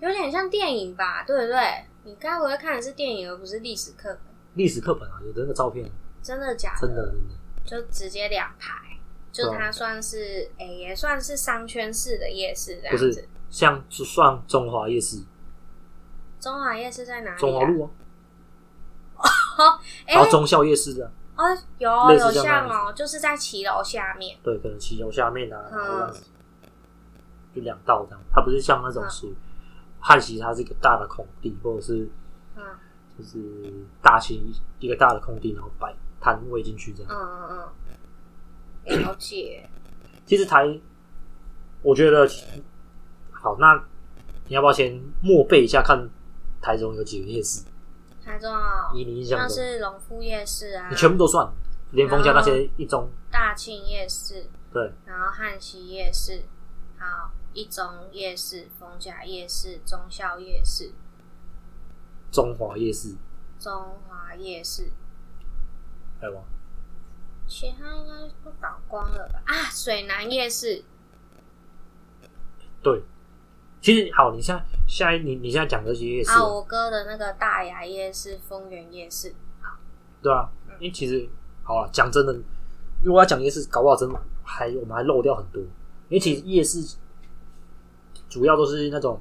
[SPEAKER 2] 有点像电影吧，对不对？你该不会看的是电影，而不是历史课本？
[SPEAKER 1] 历史课本啊，有的那个照片，
[SPEAKER 2] 真的假
[SPEAKER 1] 真的真的。
[SPEAKER 2] 就直接两排，就
[SPEAKER 1] 对啊
[SPEAKER 2] 它算是，哎、也算是商圈式的夜市这样
[SPEAKER 1] 不是
[SPEAKER 2] 子。
[SPEAKER 1] 像就算中华夜市、
[SPEAKER 2] 中华夜市在哪里、啊？
[SPEAKER 1] 中华 路啊，
[SPEAKER 2] 哎、
[SPEAKER 1] 然后中校夜市啊，
[SPEAKER 2] 哦，有
[SPEAKER 1] 类似
[SPEAKER 2] 有
[SPEAKER 1] 像
[SPEAKER 2] 像
[SPEAKER 1] 那样
[SPEAKER 2] 哦，就是在骑楼下面。
[SPEAKER 1] 对，可能骑楼下面啊，
[SPEAKER 2] 嗯
[SPEAKER 1] 然后这样子就两道这样，它不是像那
[SPEAKER 2] 嗯
[SPEAKER 1] 种属于汉西，它是一个大的空地，或者是
[SPEAKER 2] 嗯
[SPEAKER 1] 就是大型一个大的空地，然后摆摊位进去这样。
[SPEAKER 2] 嗯嗯嗯，了解。
[SPEAKER 1] 其实台，我觉得好，那你要不要先默背一下，看台中有几个夜市，
[SPEAKER 2] 嗯台中啊、
[SPEAKER 1] 以你印象
[SPEAKER 2] 像
[SPEAKER 1] 中，
[SPEAKER 2] 是龙富夜市啊
[SPEAKER 1] 你，全部都算，连峰家那
[SPEAKER 2] 嗯
[SPEAKER 1] 些一中，
[SPEAKER 2] 大庆夜市，
[SPEAKER 1] 对，
[SPEAKER 2] 然后汉西夜市，好一中夜市、逢甲夜市、忠孝夜市、
[SPEAKER 1] 中华夜市，
[SPEAKER 2] 中华夜市，
[SPEAKER 1] 还有吗？
[SPEAKER 2] 其他应该都搞光了吧？啊，水南夜市，
[SPEAKER 1] 对，其实好，你现在现在你你现在讲这些夜市，哦
[SPEAKER 2] 啊，我哥的那个大雅夜市、丰原夜市，
[SPEAKER 1] 对啊，因为其实好了，讲真的，如果要讲夜市，搞不好真的还我们还漏掉很多，因为其实夜市主要都是那种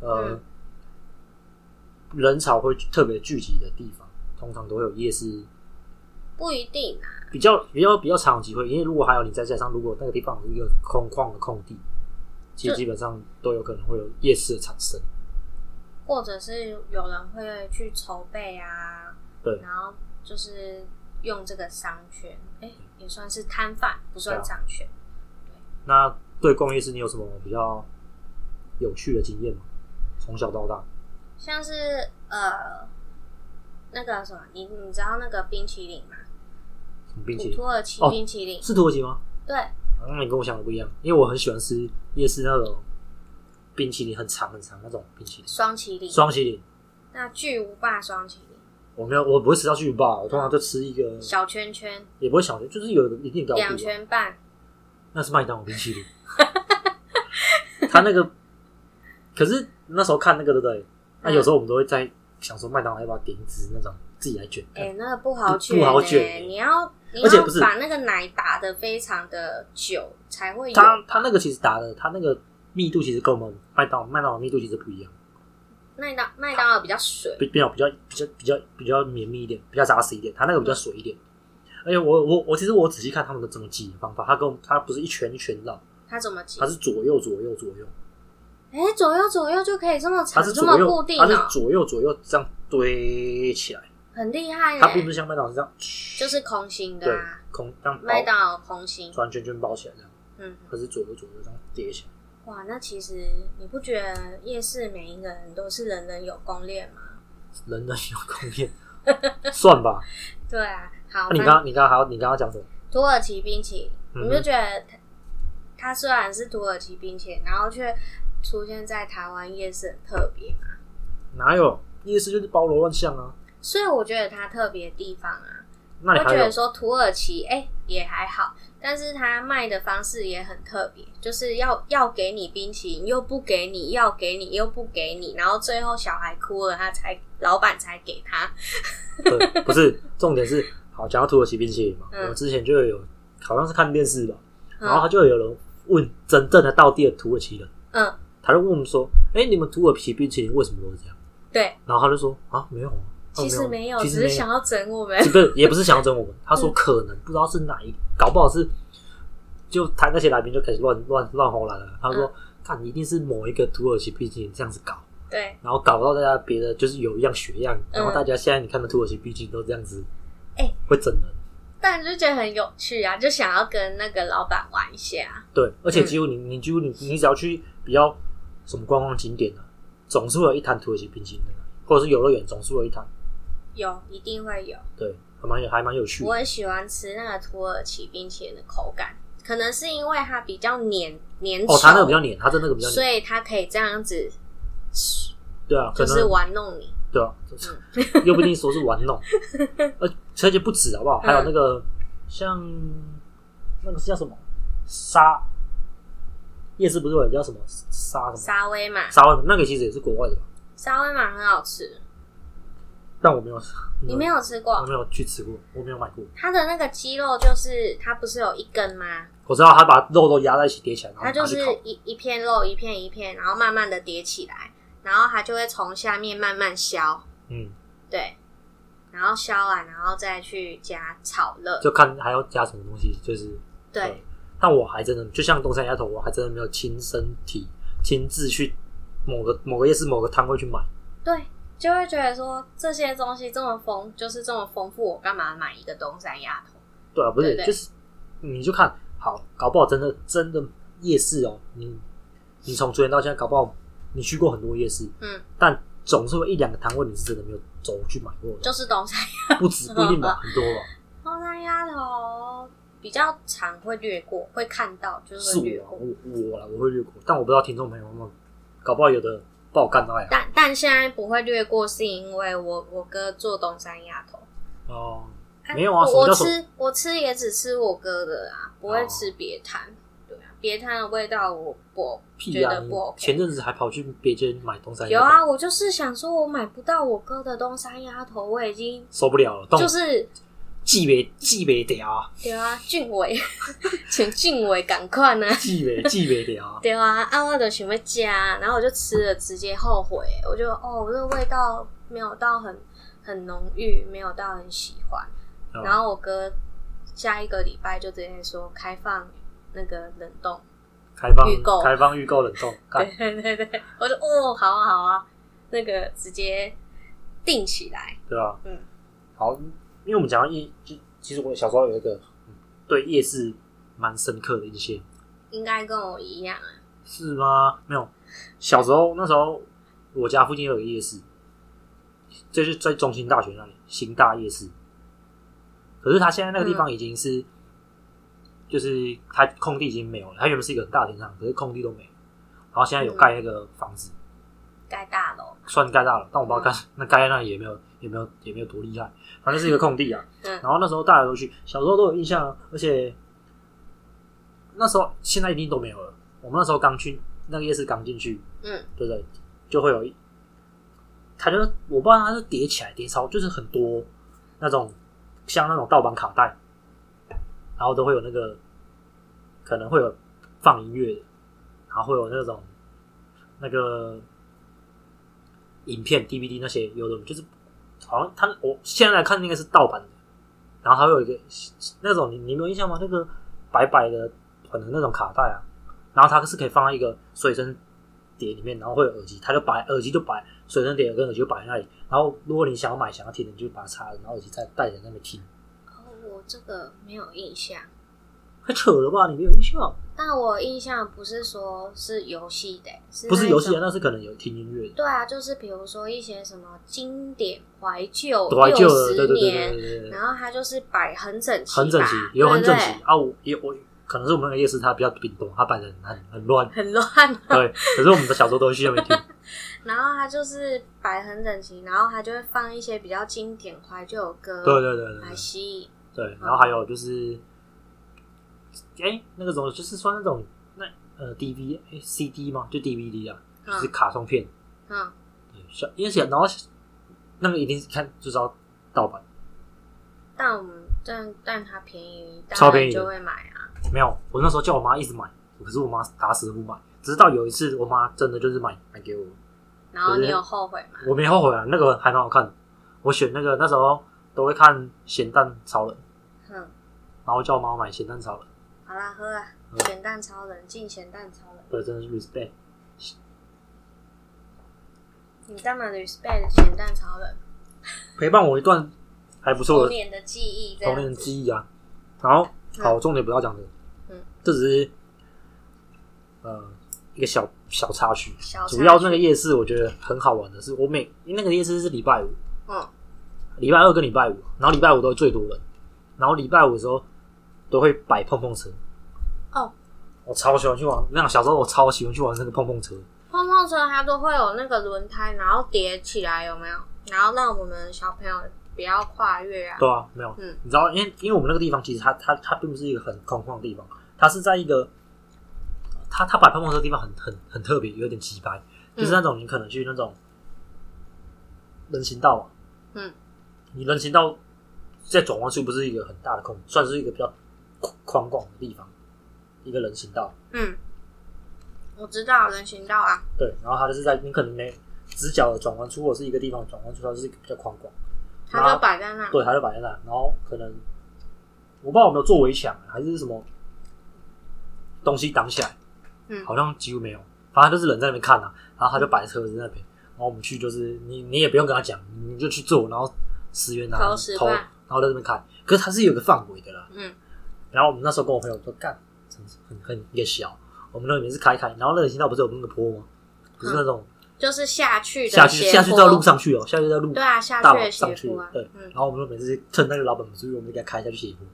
[SPEAKER 1] 呃、
[SPEAKER 2] 嗯
[SPEAKER 1] 人潮会特别聚集的地方，通常都会有夜市
[SPEAKER 2] 不一定啊。
[SPEAKER 1] 比较比较比较长的机会，因为如果还有你再加上，如果那个地方有一个空旷的空地，其实
[SPEAKER 2] 就
[SPEAKER 1] 基本上都有可能会有夜市的产生。
[SPEAKER 2] 或者是有人会去筹备啊，
[SPEAKER 1] 对
[SPEAKER 2] 然后就是用这个商圈，哎、也算是摊贩，不算
[SPEAKER 1] 对啊
[SPEAKER 2] 商圈。
[SPEAKER 1] 那对逛夜市你有什么比较有趣的经验吗？从小到大，
[SPEAKER 2] 像是呃，那个什么，你你知道那个冰淇淋吗？
[SPEAKER 1] 什么冰淇
[SPEAKER 2] 土
[SPEAKER 1] 淋
[SPEAKER 2] 土？耳其
[SPEAKER 1] 哦
[SPEAKER 2] 冰淇淋，
[SPEAKER 1] 是土耳其吗？
[SPEAKER 2] 对，
[SPEAKER 1] 嗯，你跟我想的不一样，因为我很喜欢吃夜市那种冰淇淋，很长很长那种冰淇淋，
[SPEAKER 2] 双淇淋，
[SPEAKER 1] 双淇淋。
[SPEAKER 2] 那巨无霸双淇淋，
[SPEAKER 1] 我没有，我不会吃到巨无霸，我通常就吃一个，
[SPEAKER 2] 小圈圈，
[SPEAKER 1] 也不会嗯小，就是有一定高度
[SPEAKER 2] 两
[SPEAKER 1] 吧。
[SPEAKER 2] 圈半，
[SPEAKER 1] 那是麦当劳冰淇 淋。他那个，可是那时候看那个对不对？那、有时候我们都会在想说麦当劳要不要点一只那种自己来卷，
[SPEAKER 2] 哎、那个不好
[SPEAKER 1] 嗯
[SPEAKER 2] 卷、
[SPEAKER 1] 不
[SPEAKER 2] 欸，
[SPEAKER 1] 不好卷
[SPEAKER 2] 你要你
[SPEAKER 1] 而且
[SPEAKER 2] 要
[SPEAKER 1] 不是
[SPEAKER 2] 把那个奶打的非常的久才会有，
[SPEAKER 1] 它它那个其实打的，它那个密度其实跟我们麦当麦当劳密度其实不一样，
[SPEAKER 2] 麦当麦当劳比较水，
[SPEAKER 1] 比比较比较比较比较比较绵密一点，比较扎实一点，它那个比较
[SPEAKER 2] 嗯
[SPEAKER 1] 水一点。而且我我我其实我仔细看他们的怎么挤的方法，它跟我们它不是一圈一圈绕，
[SPEAKER 2] 它怎么挤
[SPEAKER 1] 它？是左右左右左右，
[SPEAKER 2] 哎、左右左右就可以这么
[SPEAKER 1] 它
[SPEAKER 2] 长，
[SPEAKER 1] 是
[SPEAKER 2] 这
[SPEAKER 1] 左
[SPEAKER 2] 么
[SPEAKER 1] 右
[SPEAKER 2] 固定
[SPEAKER 1] 它是
[SPEAKER 2] 哦、
[SPEAKER 1] 左右左右这样堆起来，
[SPEAKER 2] 很厉害
[SPEAKER 1] 它并不是
[SPEAKER 2] 耶、
[SPEAKER 1] 像麦当劳这样
[SPEAKER 2] 就是空心的
[SPEAKER 1] 对
[SPEAKER 2] 嗯啊，，
[SPEAKER 1] 空这样包
[SPEAKER 2] 麦当劳空心，
[SPEAKER 1] 转圈圈包起来这样，
[SPEAKER 2] 嗯，
[SPEAKER 1] 可是左右左右这样叠起来。
[SPEAKER 2] 哇，那其实你不觉得夜市每一个人都是人人有攻略吗？
[SPEAKER 1] 人人有攻略， 算吧。
[SPEAKER 2] 对啊，好，
[SPEAKER 1] 那、你
[SPEAKER 2] 反
[SPEAKER 1] 刚刚你刚刚还要你刚刚讲什么？
[SPEAKER 2] 土耳其冰淇
[SPEAKER 1] 嗯
[SPEAKER 2] 淋，
[SPEAKER 1] 哼
[SPEAKER 2] 你就觉得它它虽然是土耳其冰淇淋，然后却出现在台湾夜市很特别，
[SPEAKER 1] 哪有夜市就是包罗万象啊？
[SPEAKER 2] 所以我觉得它特别的地方啊，
[SPEAKER 1] 那你
[SPEAKER 2] 我
[SPEAKER 1] 还
[SPEAKER 2] 觉
[SPEAKER 1] 有
[SPEAKER 2] 得说土耳其哎、也还好，但是它卖的方式也很特别，就是要要给你冰淇淋又不给你，要给你又不给你，然后最后小孩哭了，他才老板才给他。
[SPEAKER 1] 对，不是重点是好讲到土耳其冰淇淋嘛，
[SPEAKER 2] 嗯
[SPEAKER 1] 我之前就有好像是看电视吧，然后他
[SPEAKER 2] 嗯
[SPEAKER 1] 就有人问真正的道地的土耳其人，
[SPEAKER 2] 嗯，
[SPEAKER 1] 他就问我们说：“哎、你们土耳其冰淇淋为什么都是这样
[SPEAKER 2] 对，？”
[SPEAKER 1] 然后他就说：“啊，没有啊，他
[SPEAKER 2] 其
[SPEAKER 1] 们
[SPEAKER 2] 实没有，
[SPEAKER 1] 其
[SPEAKER 2] 只
[SPEAKER 1] 实没
[SPEAKER 2] 是
[SPEAKER 1] 有
[SPEAKER 2] 想要嗯整 我们。
[SPEAKER 1] 不是，也不是想要整我们。他说可能不知道是哪一，搞不好是就他那些来宾就开始乱乱乱吼来了。他说，
[SPEAKER 2] 嗯
[SPEAKER 1] 看、一定是某一个土耳其冰淇淋这样子搞，
[SPEAKER 2] 对，
[SPEAKER 1] 然后搞到大家别的就是有样学样，然后
[SPEAKER 2] 嗯
[SPEAKER 1] 大家现在你看的土耳其冰淇淋都这样子，
[SPEAKER 2] 哎
[SPEAKER 1] 会整人。
[SPEAKER 2] 但就觉得很有趣啊，就想要跟那个老板玩一下。
[SPEAKER 1] 对，而且几乎你、你几乎你你只要去比较什么观光景点啊，总是会有一摊土耳其冰淇淋的，或者是游乐园总是会有一摊，
[SPEAKER 2] 有，一定会有。
[SPEAKER 1] 对，还蛮有还蛮有趣的
[SPEAKER 2] 我。很喜欢吃那个土耳其冰淇淋的口感，可能是因为它比较粘粘稠，
[SPEAKER 1] 哦，他那个比较黏，他真的那个比较
[SPEAKER 2] 所
[SPEAKER 1] 黏，
[SPEAKER 2] 以它可以这样子，
[SPEAKER 1] 对啊，可
[SPEAKER 2] 就
[SPEAKER 1] 能
[SPEAKER 2] 是玩嗯弄你。
[SPEAKER 1] 对啊，又不一定说是玩 弄，而而且不止好不好？还有
[SPEAKER 2] 嗯
[SPEAKER 1] 那个、像那个是叫什么沙夜市不是有叫什么沙什么
[SPEAKER 2] 沙威玛，
[SPEAKER 1] 沙湾？那个其实也是国外的吧？
[SPEAKER 2] 沙威玛很好吃，
[SPEAKER 1] 但我没有，
[SPEAKER 2] 你没有吃
[SPEAKER 1] 我
[SPEAKER 2] 过？
[SPEAKER 1] 没有去吃过，我没有买过。
[SPEAKER 2] 它的那个鸡肉就是它不是有一根吗？
[SPEAKER 1] 我知道他把肉都压在一起叠起来，然后
[SPEAKER 2] 它就
[SPEAKER 1] 拿去
[SPEAKER 2] 是
[SPEAKER 1] 烤。
[SPEAKER 2] 一一片肉一片一片，然后慢慢的叠起来，然后它就会从下面慢慢削，
[SPEAKER 1] 嗯，
[SPEAKER 2] 对，然后削完然后再去加炒热，
[SPEAKER 1] 就嗯看还要加什么东西，就是
[SPEAKER 2] 对，。
[SPEAKER 1] 但我还真的就像东山鸭头，我还真的没有亲身体亲自去某个某个夜市某个摊位去买。
[SPEAKER 2] 对，就会觉得说这些东西这么丰，就是这么丰富，我干嘛买一个东山鸭头？
[SPEAKER 1] 对啊，不是，
[SPEAKER 2] 对对
[SPEAKER 1] 就是你就看好，搞不好真的真的夜市哦，你你从昨天到现在，搞不好你去过很多夜市，
[SPEAKER 2] 嗯，
[SPEAKER 1] 但总是会一两个摊位你是真的没有走去买过的，
[SPEAKER 2] 就是东山
[SPEAKER 1] 不止不一定 吧，很多吧。
[SPEAKER 2] 东山鸭头比较常会略过，会看到就是
[SPEAKER 1] 是
[SPEAKER 2] 会略
[SPEAKER 1] 我啊
[SPEAKER 2] 过。
[SPEAKER 1] 我我啦，我会略过，但我不知道听众朋友们，搞不好有的把我干到呀。
[SPEAKER 2] 但但现在不会略过，是因为我我哥做东山鸭头，
[SPEAKER 1] 哦，没有啊什
[SPEAKER 2] 我
[SPEAKER 1] 么
[SPEAKER 2] 我
[SPEAKER 1] 叫什么哦
[SPEAKER 2] 吃我吃也只吃我哥的啊，不会吃别摊。对啊，别摊的味道我不
[SPEAKER 1] 屁
[SPEAKER 2] 觉
[SPEAKER 1] 呀、
[SPEAKER 2] 得
[SPEAKER 1] 你
[SPEAKER 2] 不 OK。
[SPEAKER 1] 前阵子还跑去别间买东山鸭
[SPEAKER 2] 有
[SPEAKER 1] 头，
[SPEAKER 2] 啊，我就是想说，我买不到我哥的东山鸭头，我已经
[SPEAKER 1] 受不了了，动
[SPEAKER 2] 就是
[SPEAKER 1] 记没记没掉啊，
[SPEAKER 2] 对啊，俊伟， 请俊伟赶快呢。
[SPEAKER 1] 记没记没掉啊。
[SPEAKER 2] 对啊，啊我就想要吃，然后我就吃了，直接后悔，我就哦，这个味道没有到很很浓郁，没有到很喜欢。
[SPEAKER 1] 哦
[SPEAKER 2] 然后我哥下一个礼拜就直接说开放那个冷冻，
[SPEAKER 1] 开放
[SPEAKER 2] 预购
[SPEAKER 1] 开放预购冷冻，干
[SPEAKER 2] 对对对对，我就哦，好啊好啊，那个直接定起来，
[SPEAKER 1] 对吧？
[SPEAKER 2] 嗯，
[SPEAKER 1] 好，因为我们讲到夜，就其实我小时候有一个嗯对夜市蛮深刻的印象，
[SPEAKER 2] 应该跟我一样啊。
[SPEAKER 1] 是吗？没有，小时候那时候我家附近有一个夜市，这是在中心大学那里新大夜市，可是它现在那个地方已经是，就是它空地已经没有了，它原本是一个很大的停车场，可是空地都没有，然后现在有盖那个房子，
[SPEAKER 2] 盖大楼，
[SPEAKER 1] 算盖大了，但我不知道盖、那盖在那里也没有也没有也没有多厉害，反正是一个空地啊。
[SPEAKER 2] 嗯
[SPEAKER 1] 然后那时候大家都去，小时候都有印象啊，而且那时候现在一定都没有了。我们那时候刚去那个夜市刚进去，
[SPEAKER 2] 嗯，
[SPEAKER 1] 对不对？就会有一，他就我不知道他是叠起来叠超，就是很多那种像那种盗版卡带，然后都会有那个可能会有放音乐的，然后会有那种那个影片 DVD 那些，有的就是好像他我现在来看应该是盗版的，然后还会有一个那种你你没有印象吗？那个白白的可能那种卡带啊，然后它是可以放在一个随身碟里面，然后会有耳机，它就摆耳机就摆随身碟跟耳机就摆在那里，然后如果你想要买想要听的，你就把它插了，然后耳机再戴在那边听，
[SPEAKER 2] 哦，我这个没有印象。
[SPEAKER 1] 太扯了吧？你没有印象？
[SPEAKER 2] 但我印象不是说是游戏的、是
[SPEAKER 1] 不是
[SPEAKER 2] 那
[SPEAKER 1] 游戏
[SPEAKER 2] 种
[SPEAKER 1] 啊，那是可能有听音乐的。
[SPEAKER 2] 对啊，就是比如说一些什么经典怀旧
[SPEAKER 1] 怀旧了，对对对
[SPEAKER 2] 60
[SPEAKER 1] 对
[SPEAKER 2] 年，
[SPEAKER 1] 对对对对，
[SPEAKER 2] 然后它就是摆很整齐吧，
[SPEAKER 1] 很整齐，有很整齐
[SPEAKER 2] 对不对
[SPEAKER 1] 啊！我也我可能是我们那个夜市它比较冰冻，它摆的很很乱，
[SPEAKER 2] 很乱。
[SPEAKER 1] 对。可是我们的小时候都会去那边听，
[SPEAKER 2] 然后它就是摆很整齐，然后它就会放一些比较经典怀旧的歌，
[SPEAKER 1] 对对对对对
[SPEAKER 2] 来吸引。
[SPEAKER 1] 对，然后还有就是，哎、那个种就是说那种那呃 DV 哎 CD 吗？就 DVD 啊，就是
[SPEAKER 2] 嗯
[SPEAKER 1] 卡通片。
[SPEAKER 2] 嗯，
[SPEAKER 1] 对，小因为小然后那个一定是看就知道盗版，
[SPEAKER 2] 但我们但但它便宜，大
[SPEAKER 1] 超
[SPEAKER 2] 家
[SPEAKER 1] 便宜
[SPEAKER 2] 就会买啊。
[SPEAKER 1] 没有。我那时候叫我妈一直买，可是我妈打死不买，直到有一次我妈真的就是买买给我，
[SPEAKER 2] 然后
[SPEAKER 1] 可是
[SPEAKER 2] 你有后悔吗？
[SPEAKER 1] 我没后悔啊，那个还蛮好看的。我选那个那时候都会看咸蛋超人，
[SPEAKER 2] 嗯，
[SPEAKER 1] 然后叫我妈买咸蛋超人，
[SPEAKER 2] 好啦，喝啦，
[SPEAKER 1] 嗯
[SPEAKER 2] 咸蛋超人，进咸蛋超人。
[SPEAKER 1] 对，真的是 respect。
[SPEAKER 2] 你干嘛 respect 咸蛋超人？
[SPEAKER 1] 陪伴我一段还不错
[SPEAKER 2] 童
[SPEAKER 1] 的
[SPEAKER 2] 年的记忆，这
[SPEAKER 1] 童
[SPEAKER 2] 样
[SPEAKER 1] 年
[SPEAKER 2] 子。
[SPEAKER 1] 记忆啊。然后，
[SPEAKER 2] 嗯
[SPEAKER 1] 好，重点不要讲这个，
[SPEAKER 2] 嗯，
[SPEAKER 1] 这只是呃一个小小插曲。
[SPEAKER 2] 小
[SPEAKER 1] 主要
[SPEAKER 2] 插曲
[SPEAKER 1] 那个夜市我觉得很好玩的是，我每因为那个夜市是礼拜五，
[SPEAKER 2] 嗯，
[SPEAKER 1] 礼拜二跟礼拜五，然后礼拜五都最多人，然后礼拜五的时候都会摆碰碰车。
[SPEAKER 2] 哦，
[SPEAKER 1] 我超喜欢去玩，那样小时候我超喜欢去玩那个碰碰车。
[SPEAKER 2] 碰碰车它都会有那个轮胎，然后叠起来，有没有？然后让我们小朋友不要跨越啊。
[SPEAKER 1] 对啊，没有，
[SPEAKER 2] 嗯
[SPEAKER 1] 你知道，因为因为我们那个地方其实它它它并不是一个很空旷的地方，它是在一个，它它摆碰碰车的地方很很很特别，有点奇葩，就是
[SPEAKER 2] 嗯
[SPEAKER 1] 那种你可能去那种人行道嘛，
[SPEAKER 2] 嗯，
[SPEAKER 1] 你人行道在转弯处不是一个很大的空，算是一个比较宽广的地方，一个人行道，
[SPEAKER 2] 嗯，我知道人行道啊。
[SPEAKER 1] 对，然后它就是在你可能没直角的转弯处或者是一个地方的转弯处，它就是一个比较宽广。
[SPEAKER 2] 它就摆在那，
[SPEAKER 1] 对，它就摆在那，然后可能我不知道有没有做围墙，啊还是什么东西挡起来，
[SPEAKER 2] 嗯
[SPEAKER 1] 好像几乎没有，反正就是人在那边看啊，然后他就摆车子在那边，然后我们去就是你你也不用跟他讲，你就去做，然后十元拿
[SPEAKER 2] 投十
[SPEAKER 1] 投，
[SPEAKER 2] 块
[SPEAKER 1] 然后在那边看，可是它是有个范围的啦，
[SPEAKER 2] 嗯，
[SPEAKER 1] 然后我们那时候跟我朋友说，干，真是很很也小，我们那边是开开，然后那个行道不是有那个坡吗？不是那种
[SPEAKER 2] 就是下去的
[SPEAKER 1] 下去
[SPEAKER 2] 嗯斜
[SPEAKER 1] 下去
[SPEAKER 2] 坡
[SPEAKER 1] 到路，上去哦，下去到路
[SPEAKER 2] 对啊，下
[SPEAKER 1] 大
[SPEAKER 2] 去
[SPEAKER 1] 往
[SPEAKER 2] 的
[SPEAKER 1] 上
[SPEAKER 2] 斜
[SPEAKER 1] 去
[SPEAKER 2] 坡啊，
[SPEAKER 1] 对，
[SPEAKER 2] 嗯
[SPEAKER 1] 然，后我们就每次趁那个老板不注意，我们就给他开下去 斜坡，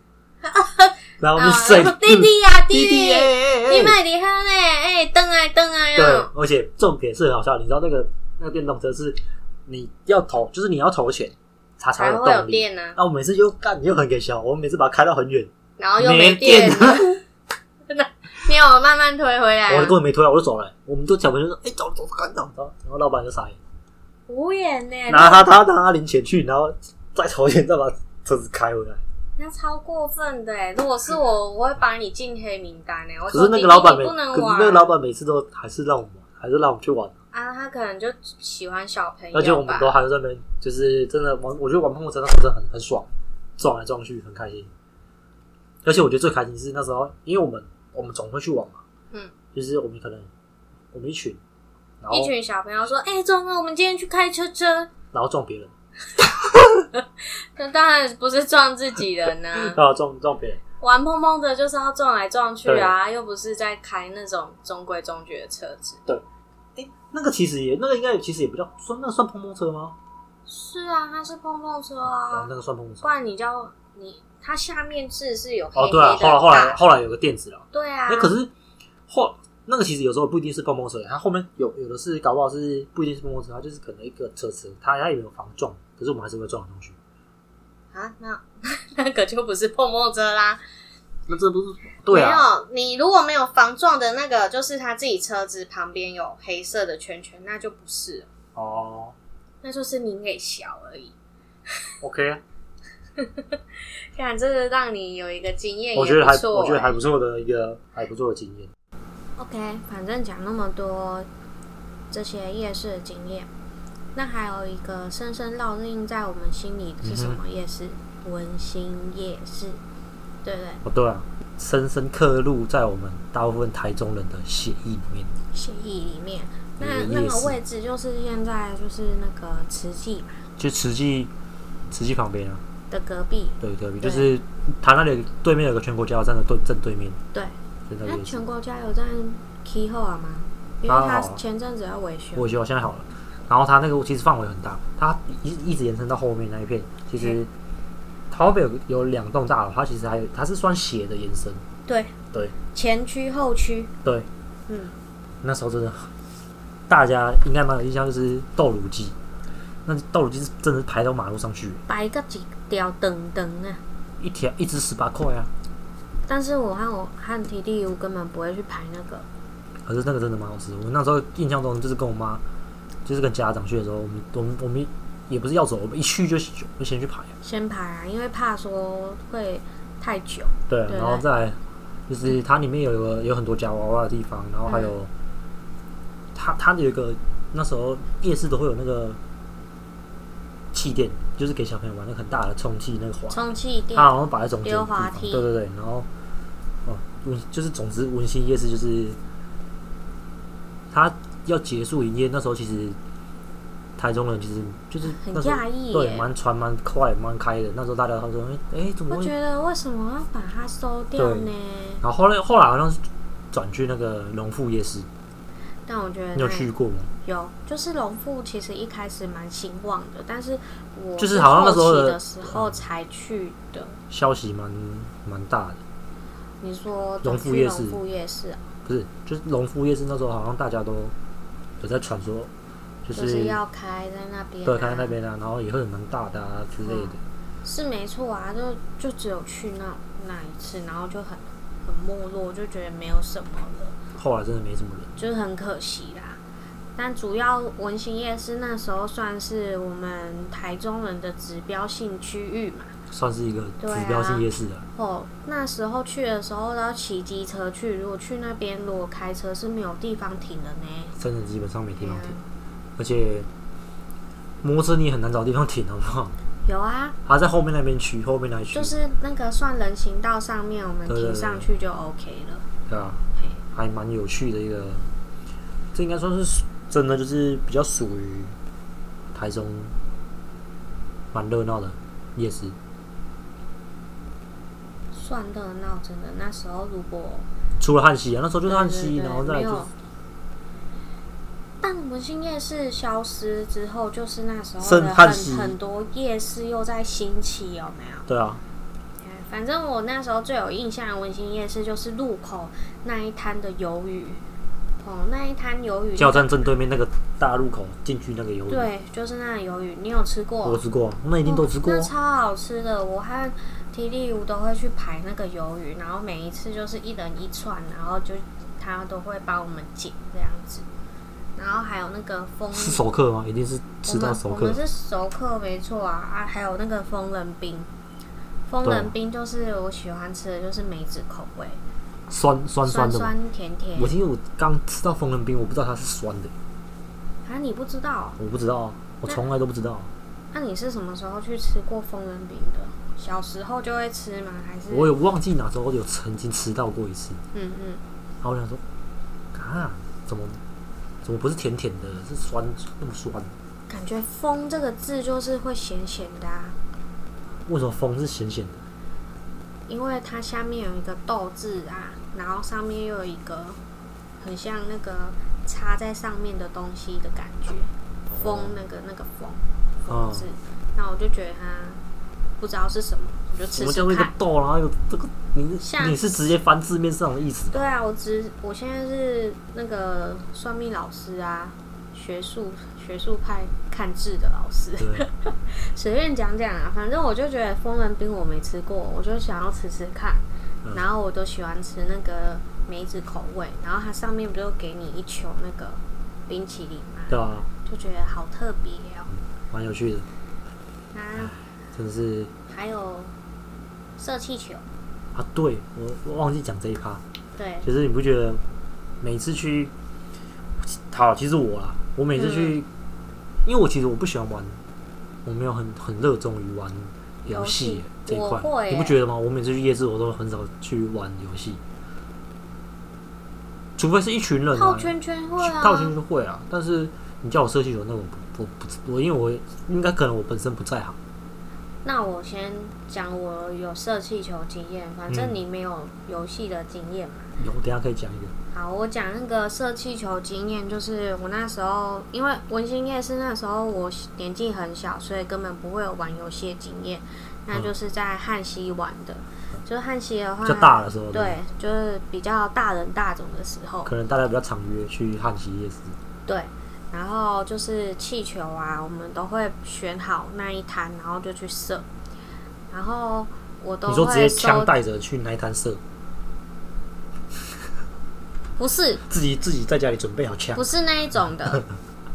[SPEAKER 1] 然后我
[SPEAKER 2] 啊
[SPEAKER 1] 们就睡
[SPEAKER 2] 然后 弟弟呀、
[SPEAKER 1] 弟
[SPEAKER 2] 弟
[SPEAKER 1] 弟，哎哎哎
[SPEAKER 2] 你买的好呢，哎、等啊等啊
[SPEAKER 1] 对
[SPEAKER 2] 哟，，
[SPEAKER 1] 而且重点是很好笑，你知道那个那个电动车是你要投，就是你要投钱，它
[SPEAKER 2] 才
[SPEAKER 1] 有
[SPEAKER 2] 会有
[SPEAKER 1] 动力。
[SPEAKER 2] 电呢、啊，
[SPEAKER 1] 那、我每次就干又很给小，我每次把它开到很远，
[SPEAKER 2] 然后又
[SPEAKER 1] 没
[SPEAKER 2] 没电
[SPEAKER 1] 电，
[SPEAKER 2] 真的，你有慢慢推回来、
[SPEAKER 1] 我
[SPEAKER 2] 啊
[SPEAKER 1] 根，本没推啊，我就走了、我们就小朋友就说：“哎、走了走了，赶紧走！”然后老板就傻眼，
[SPEAKER 2] 无眼呢、
[SPEAKER 1] 拿他他拿他零钱去，然后再投钱，再把车子开回来。
[SPEAKER 2] 那超过分的哎！如果是我，我会把你进黑名单哎。我
[SPEAKER 1] 可
[SPEAKER 2] 说
[SPEAKER 1] 是那个老板
[SPEAKER 2] 弟
[SPEAKER 1] 每，
[SPEAKER 2] 弟你不能
[SPEAKER 1] 可是
[SPEAKER 2] 玩，
[SPEAKER 1] 那个老板每次都还是让我们玩，还是让我们去玩。
[SPEAKER 2] 啊，他可能就喜欢小朋友吧。
[SPEAKER 1] 而且我们都还在那边，就是真的玩，我觉得玩碰碰车那时候真的很很爽，撞来撞去很开心。而且我觉得最开心是那时候，因为我们我们总会去玩嘛，
[SPEAKER 2] 嗯，
[SPEAKER 1] 就是我们可能我们一群，然后
[SPEAKER 2] 一群小朋友说：“哎、壮哥，我们今天去开车车。
[SPEAKER 1] 然后撞别人，”
[SPEAKER 2] 那当然不是撞自己人呢、
[SPEAKER 1] 然后撞撞别人，
[SPEAKER 2] 玩碰碰的就是要撞来撞去啊，又不是在开那种中规中矩的车子。
[SPEAKER 1] 哎、那个其实也那个应该也其实也不叫算，那个算碰碰车吗？
[SPEAKER 2] 是啊，它是碰碰车
[SPEAKER 1] 啊
[SPEAKER 2] 啊，
[SPEAKER 1] 那，个算碰碰车
[SPEAKER 2] 不。然你叫你，它下面是是有黑
[SPEAKER 1] 哦，
[SPEAKER 2] 黑
[SPEAKER 1] 对
[SPEAKER 2] 的
[SPEAKER 1] 啊，后来后来
[SPEAKER 2] 大
[SPEAKER 1] 后来有个电子了，
[SPEAKER 2] 对啊，
[SPEAKER 1] 哎、可是后那个其实有时候不一定是碰碰车，它后面有有的是搞不好是不一定是碰碰车，它就是可能一个车车，它它也没有防撞，可是我们还是会撞来撞去。
[SPEAKER 2] 啊，那那个就不是碰碰车啦。
[SPEAKER 1] 那这不是对啊？
[SPEAKER 2] 没有，你如果没有防撞的那个，就是他自己车子旁边有黑色的圈圈，那就不是了，
[SPEAKER 1] 哦
[SPEAKER 2] 那就是你给小而已。
[SPEAKER 1] ，OK，啊
[SPEAKER 2] 看，这是让你有一个经验，
[SPEAKER 1] 我觉得还
[SPEAKER 2] 也哎不错欸
[SPEAKER 1] 我觉得还不错的一个还不错的经验。
[SPEAKER 2] OK。反正讲那么多这些夜市的经验，那还有一个深深烙印在我们心里是什么夜市？文心夜市，对不对？
[SPEAKER 1] 哦，对啊，深深刻入在我们大部分台中人的血液里面。
[SPEAKER 2] 协议里面，那
[SPEAKER 1] 嗯
[SPEAKER 2] 那
[SPEAKER 1] 夜
[SPEAKER 2] 个
[SPEAKER 1] 市
[SPEAKER 2] 位置就是现在就是那个慈济嘛
[SPEAKER 1] 就慈济，慈济旁边啊，
[SPEAKER 2] 的隔壁，
[SPEAKER 1] 对对，
[SPEAKER 2] 对
[SPEAKER 1] 就是它那里对面有个全国加油站的对正对面，
[SPEAKER 2] 对。
[SPEAKER 1] 就那个
[SPEAKER 2] 那
[SPEAKER 1] 位置。
[SPEAKER 2] 全国加油站 key 后啊吗？因为
[SPEAKER 1] 当然
[SPEAKER 2] 它
[SPEAKER 1] 好啊
[SPEAKER 2] 前阵子要维修
[SPEAKER 1] 我，觉得现在好了。然后它那个其实范围很大，它一一直延伸到后面那一片，其实台北有有两栋大楼，它其实还有它是算斜的延伸。
[SPEAKER 2] 对
[SPEAKER 1] 对，
[SPEAKER 2] 前区后区，
[SPEAKER 1] 对，
[SPEAKER 2] 嗯，
[SPEAKER 1] 那时候真的，大家应该蛮有印象，就是豆乳鸡。那豆乳鸡是真的是排到马路上去，
[SPEAKER 2] 摆个几条等等啊。
[SPEAKER 1] 一条一只十八块啊！
[SPEAKER 2] 但是我和我和提弟我根本不会去排那个，
[SPEAKER 1] 可是那个真的蛮好吃。我那时候印象中就是跟我妈，就是跟家长去的时候，我们我们我们也不是要走，我们一去就就先去排、啊，
[SPEAKER 2] 先排啊，因为怕说会太久。
[SPEAKER 1] 对啊，
[SPEAKER 2] 对
[SPEAKER 1] 然后再来就是它里面有个有很多夹娃娃的地方，然后还有、
[SPEAKER 2] 嗯
[SPEAKER 1] 它它有一个那时候夜市都会有那个气垫，就是给小朋友玩那个很大的充气那个滑
[SPEAKER 2] 充气垫
[SPEAKER 1] 它好像摆在中间的
[SPEAKER 2] 溜
[SPEAKER 1] 地方，
[SPEAKER 2] 滑梯
[SPEAKER 1] 对对对，然后哦，文就是总之文心夜市就是它要结束营业那时候，其实台中人其实就是
[SPEAKER 2] 很
[SPEAKER 1] 那时候
[SPEAKER 2] 讶异
[SPEAKER 1] 对，
[SPEAKER 2] 耶，
[SPEAKER 1] 蛮传蛮快蛮开的。那时候大家他说，哎、诶怎么
[SPEAKER 2] 我
[SPEAKER 1] 会？
[SPEAKER 2] 觉得为什么要把它收掉
[SPEAKER 1] 对
[SPEAKER 2] 呢？
[SPEAKER 1] 然后后来后来好像是转去那个龙富夜市，
[SPEAKER 2] 嗯但我觉得
[SPEAKER 1] 你有
[SPEAKER 2] 那
[SPEAKER 1] 去过吗？
[SPEAKER 2] 有，就是龙富其实一开始蛮兴旺的，但是我
[SPEAKER 1] 就是好像那时候
[SPEAKER 2] 后期
[SPEAKER 1] 的
[SPEAKER 2] 的时候才去的。
[SPEAKER 1] 消息蛮蛮大的，
[SPEAKER 2] 你说
[SPEAKER 1] 龙
[SPEAKER 2] 去
[SPEAKER 1] 富夜市
[SPEAKER 2] 龙富夜市啊
[SPEAKER 1] 不是？就是龙富夜市那时候好像大家都有在传说，就
[SPEAKER 2] 就是是要开在那边、啊，
[SPEAKER 1] 对，开在那边啊，然后也会蛮大的啊之类的。
[SPEAKER 2] 是没错啊，就就只有去那那一次，然后就很很没落，就觉得没有什么了，
[SPEAKER 1] 后来真的没什么人。
[SPEAKER 2] 就是很可惜啦。但主要文心夜市那时候算是我们台中人的指标性区域嘛，
[SPEAKER 1] 算是一个指标性夜市啊。
[SPEAKER 2] 哦，那时候去的时候都要骑机车去，如果去那边如果开车是没有地方停的呢。
[SPEAKER 1] 真的基本上没地
[SPEAKER 2] 对
[SPEAKER 1] 方
[SPEAKER 2] 啊
[SPEAKER 1] 停，而且摩托车你也很难找地方停，好不好？
[SPEAKER 2] 有啊，
[SPEAKER 1] 它在后面那边区，后面那一区，
[SPEAKER 2] 就是那个算人行道上面，我们
[SPEAKER 1] 对对
[SPEAKER 2] 停
[SPEAKER 1] 对
[SPEAKER 2] 上去就 OK 了。
[SPEAKER 1] 对啊
[SPEAKER 2] 嘿，
[SPEAKER 1] 还蛮有趣的一个。这应该算是真的，就是比较属于台中蛮热闹的夜市。
[SPEAKER 2] 算热闹，真的。那时候如果
[SPEAKER 1] 除了汉西啊，那时候就是汉西，
[SPEAKER 2] 对对对
[SPEAKER 1] 然后再来就
[SPEAKER 2] 没有
[SPEAKER 1] 是
[SPEAKER 2] 大但文心夜市消失之后，就是那时候
[SPEAKER 1] 圣
[SPEAKER 2] 的
[SPEAKER 1] 诞时
[SPEAKER 2] 很很多夜市又在兴起，有没有？
[SPEAKER 1] 对啊，
[SPEAKER 2] 哎反正我那时候最有印象的文心夜市就是路口那一摊的鱿鱼，哦，那一摊鱿鱼，
[SPEAKER 1] 加油站正对面那个大路口进去那个鱿鱼，
[SPEAKER 2] 对，就是那个鱿鱼，你有吃过？
[SPEAKER 1] 我吃过啊，那一定都吃过啊
[SPEAKER 2] 哦那。超好吃的。我和提力吴都会去排那个鱿鱼，然后每一次就是一人一串，然后就他都会帮我们剪这样子。然后还有那个风，
[SPEAKER 1] 是熟客吗？一定是吃到熟
[SPEAKER 2] 我们我
[SPEAKER 1] 客
[SPEAKER 2] 们。是熟客没错啊啊，还有那个风冷冰，风
[SPEAKER 1] 对啊
[SPEAKER 2] 冷冰就是我喜欢吃的就是梅子口味，
[SPEAKER 1] 酸酸
[SPEAKER 2] 酸
[SPEAKER 1] 的嘛。
[SPEAKER 2] 酸甜甜
[SPEAKER 1] 我。因为我刚吃到风人冰，我不知道它是酸的，
[SPEAKER 2] 啊，你不知道？
[SPEAKER 1] 我不知道啊，我从来都不知道啊。
[SPEAKER 2] 那、你是什么时候去吃过风冷冰的？小时候就会吃吗？还是
[SPEAKER 1] 我也忘记哪时候有曾经吃到过一次，
[SPEAKER 2] 嗯嗯，
[SPEAKER 1] 然后我想说，啊，怎么怎么不是甜甜的，是酸那么酸？
[SPEAKER 2] 感觉“风”这个字就是会咸咸的、啊，
[SPEAKER 1] 为什么风是咸咸的？
[SPEAKER 2] 因为它下面有一个“豆”字啊，然后上面又有一个很像那个插在上面的东西的感觉，“风”那个那个“风”
[SPEAKER 1] 哦
[SPEAKER 2] 风字，那、我就觉得它不知道是什么，我就
[SPEAKER 1] 什
[SPEAKER 2] 吃
[SPEAKER 1] 么叫那
[SPEAKER 2] 吃
[SPEAKER 1] 个
[SPEAKER 2] 看。
[SPEAKER 1] 豆？然后有这个，你是
[SPEAKER 2] 像
[SPEAKER 1] 你是直接翻字面上的意思吧？
[SPEAKER 2] 对啊，我只我现在是那个算命老师啊，学术学术派看字的老师。
[SPEAKER 1] 对，
[SPEAKER 2] 随便讲讲啊，反正我就觉得风人冰我没吃过，我就想要吃吃看。
[SPEAKER 1] 嗯
[SPEAKER 2] 然后我都喜欢吃那个梅子口味，然后它上面不就给你一球那个冰淇淋嘛，
[SPEAKER 1] 对啊，
[SPEAKER 2] 就觉得好特别哦。
[SPEAKER 1] 蛮有趣的，嗯
[SPEAKER 2] 那
[SPEAKER 1] 真的是
[SPEAKER 2] 还有射气球，
[SPEAKER 1] 啊，对我我忘记讲这一趴，
[SPEAKER 2] 对，
[SPEAKER 1] 就是你不觉得每次去，好，其实我啦，我每次
[SPEAKER 2] 嗯
[SPEAKER 1] 去，因为我其实我不喜欢玩，我没有很很热衷于玩游
[SPEAKER 2] 游
[SPEAKER 1] 戏
[SPEAKER 2] 戏
[SPEAKER 1] 这一块
[SPEAKER 2] 我会，欸
[SPEAKER 1] 你不觉得吗？我每次去夜市，我都很少去玩游戏，除非是一群人
[SPEAKER 2] 套
[SPEAKER 1] 啊，
[SPEAKER 2] 圈圈会啊，
[SPEAKER 1] 套圈就会啊，但是你叫我射气球，那我不我不我因为我应该可能我本身不在行，
[SPEAKER 2] 那我先讲我有射气球经验，反正
[SPEAKER 1] 嗯
[SPEAKER 2] 你没有游戏的经验嘛。
[SPEAKER 1] 有等一下可以讲一个，
[SPEAKER 2] 好，我讲那个射气球经验，就是我那时候因为文心夜市那时候我年纪很小，所以根本不会有玩游戏的经验，
[SPEAKER 1] 嗯
[SPEAKER 2] 那就是在汉西玩的。就是汉西的话，
[SPEAKER 1] 比较大的时候，
[SPEAKER 2] 啊对，就是比较大人大种的时候，
[SPEAKER 1] 可能大家比较常约去汉西夜市，
[SPEAKER 2] 对。然后就是气球啊，我们都会选好那一摊，然后就去射。然后我都
[SPEAKER 1] 你说直接
[SPEAKER 2] 会
[SPEAKER 1] 枪
[SPEAKER 2] 收，
[SPEAKER 1] 带着去那一摊射。
[SPEAKER 2] 不是
[SPEAKER 1] 自己自己在家里准备好枪
[SPEAKER 2] 不。是那一 种的，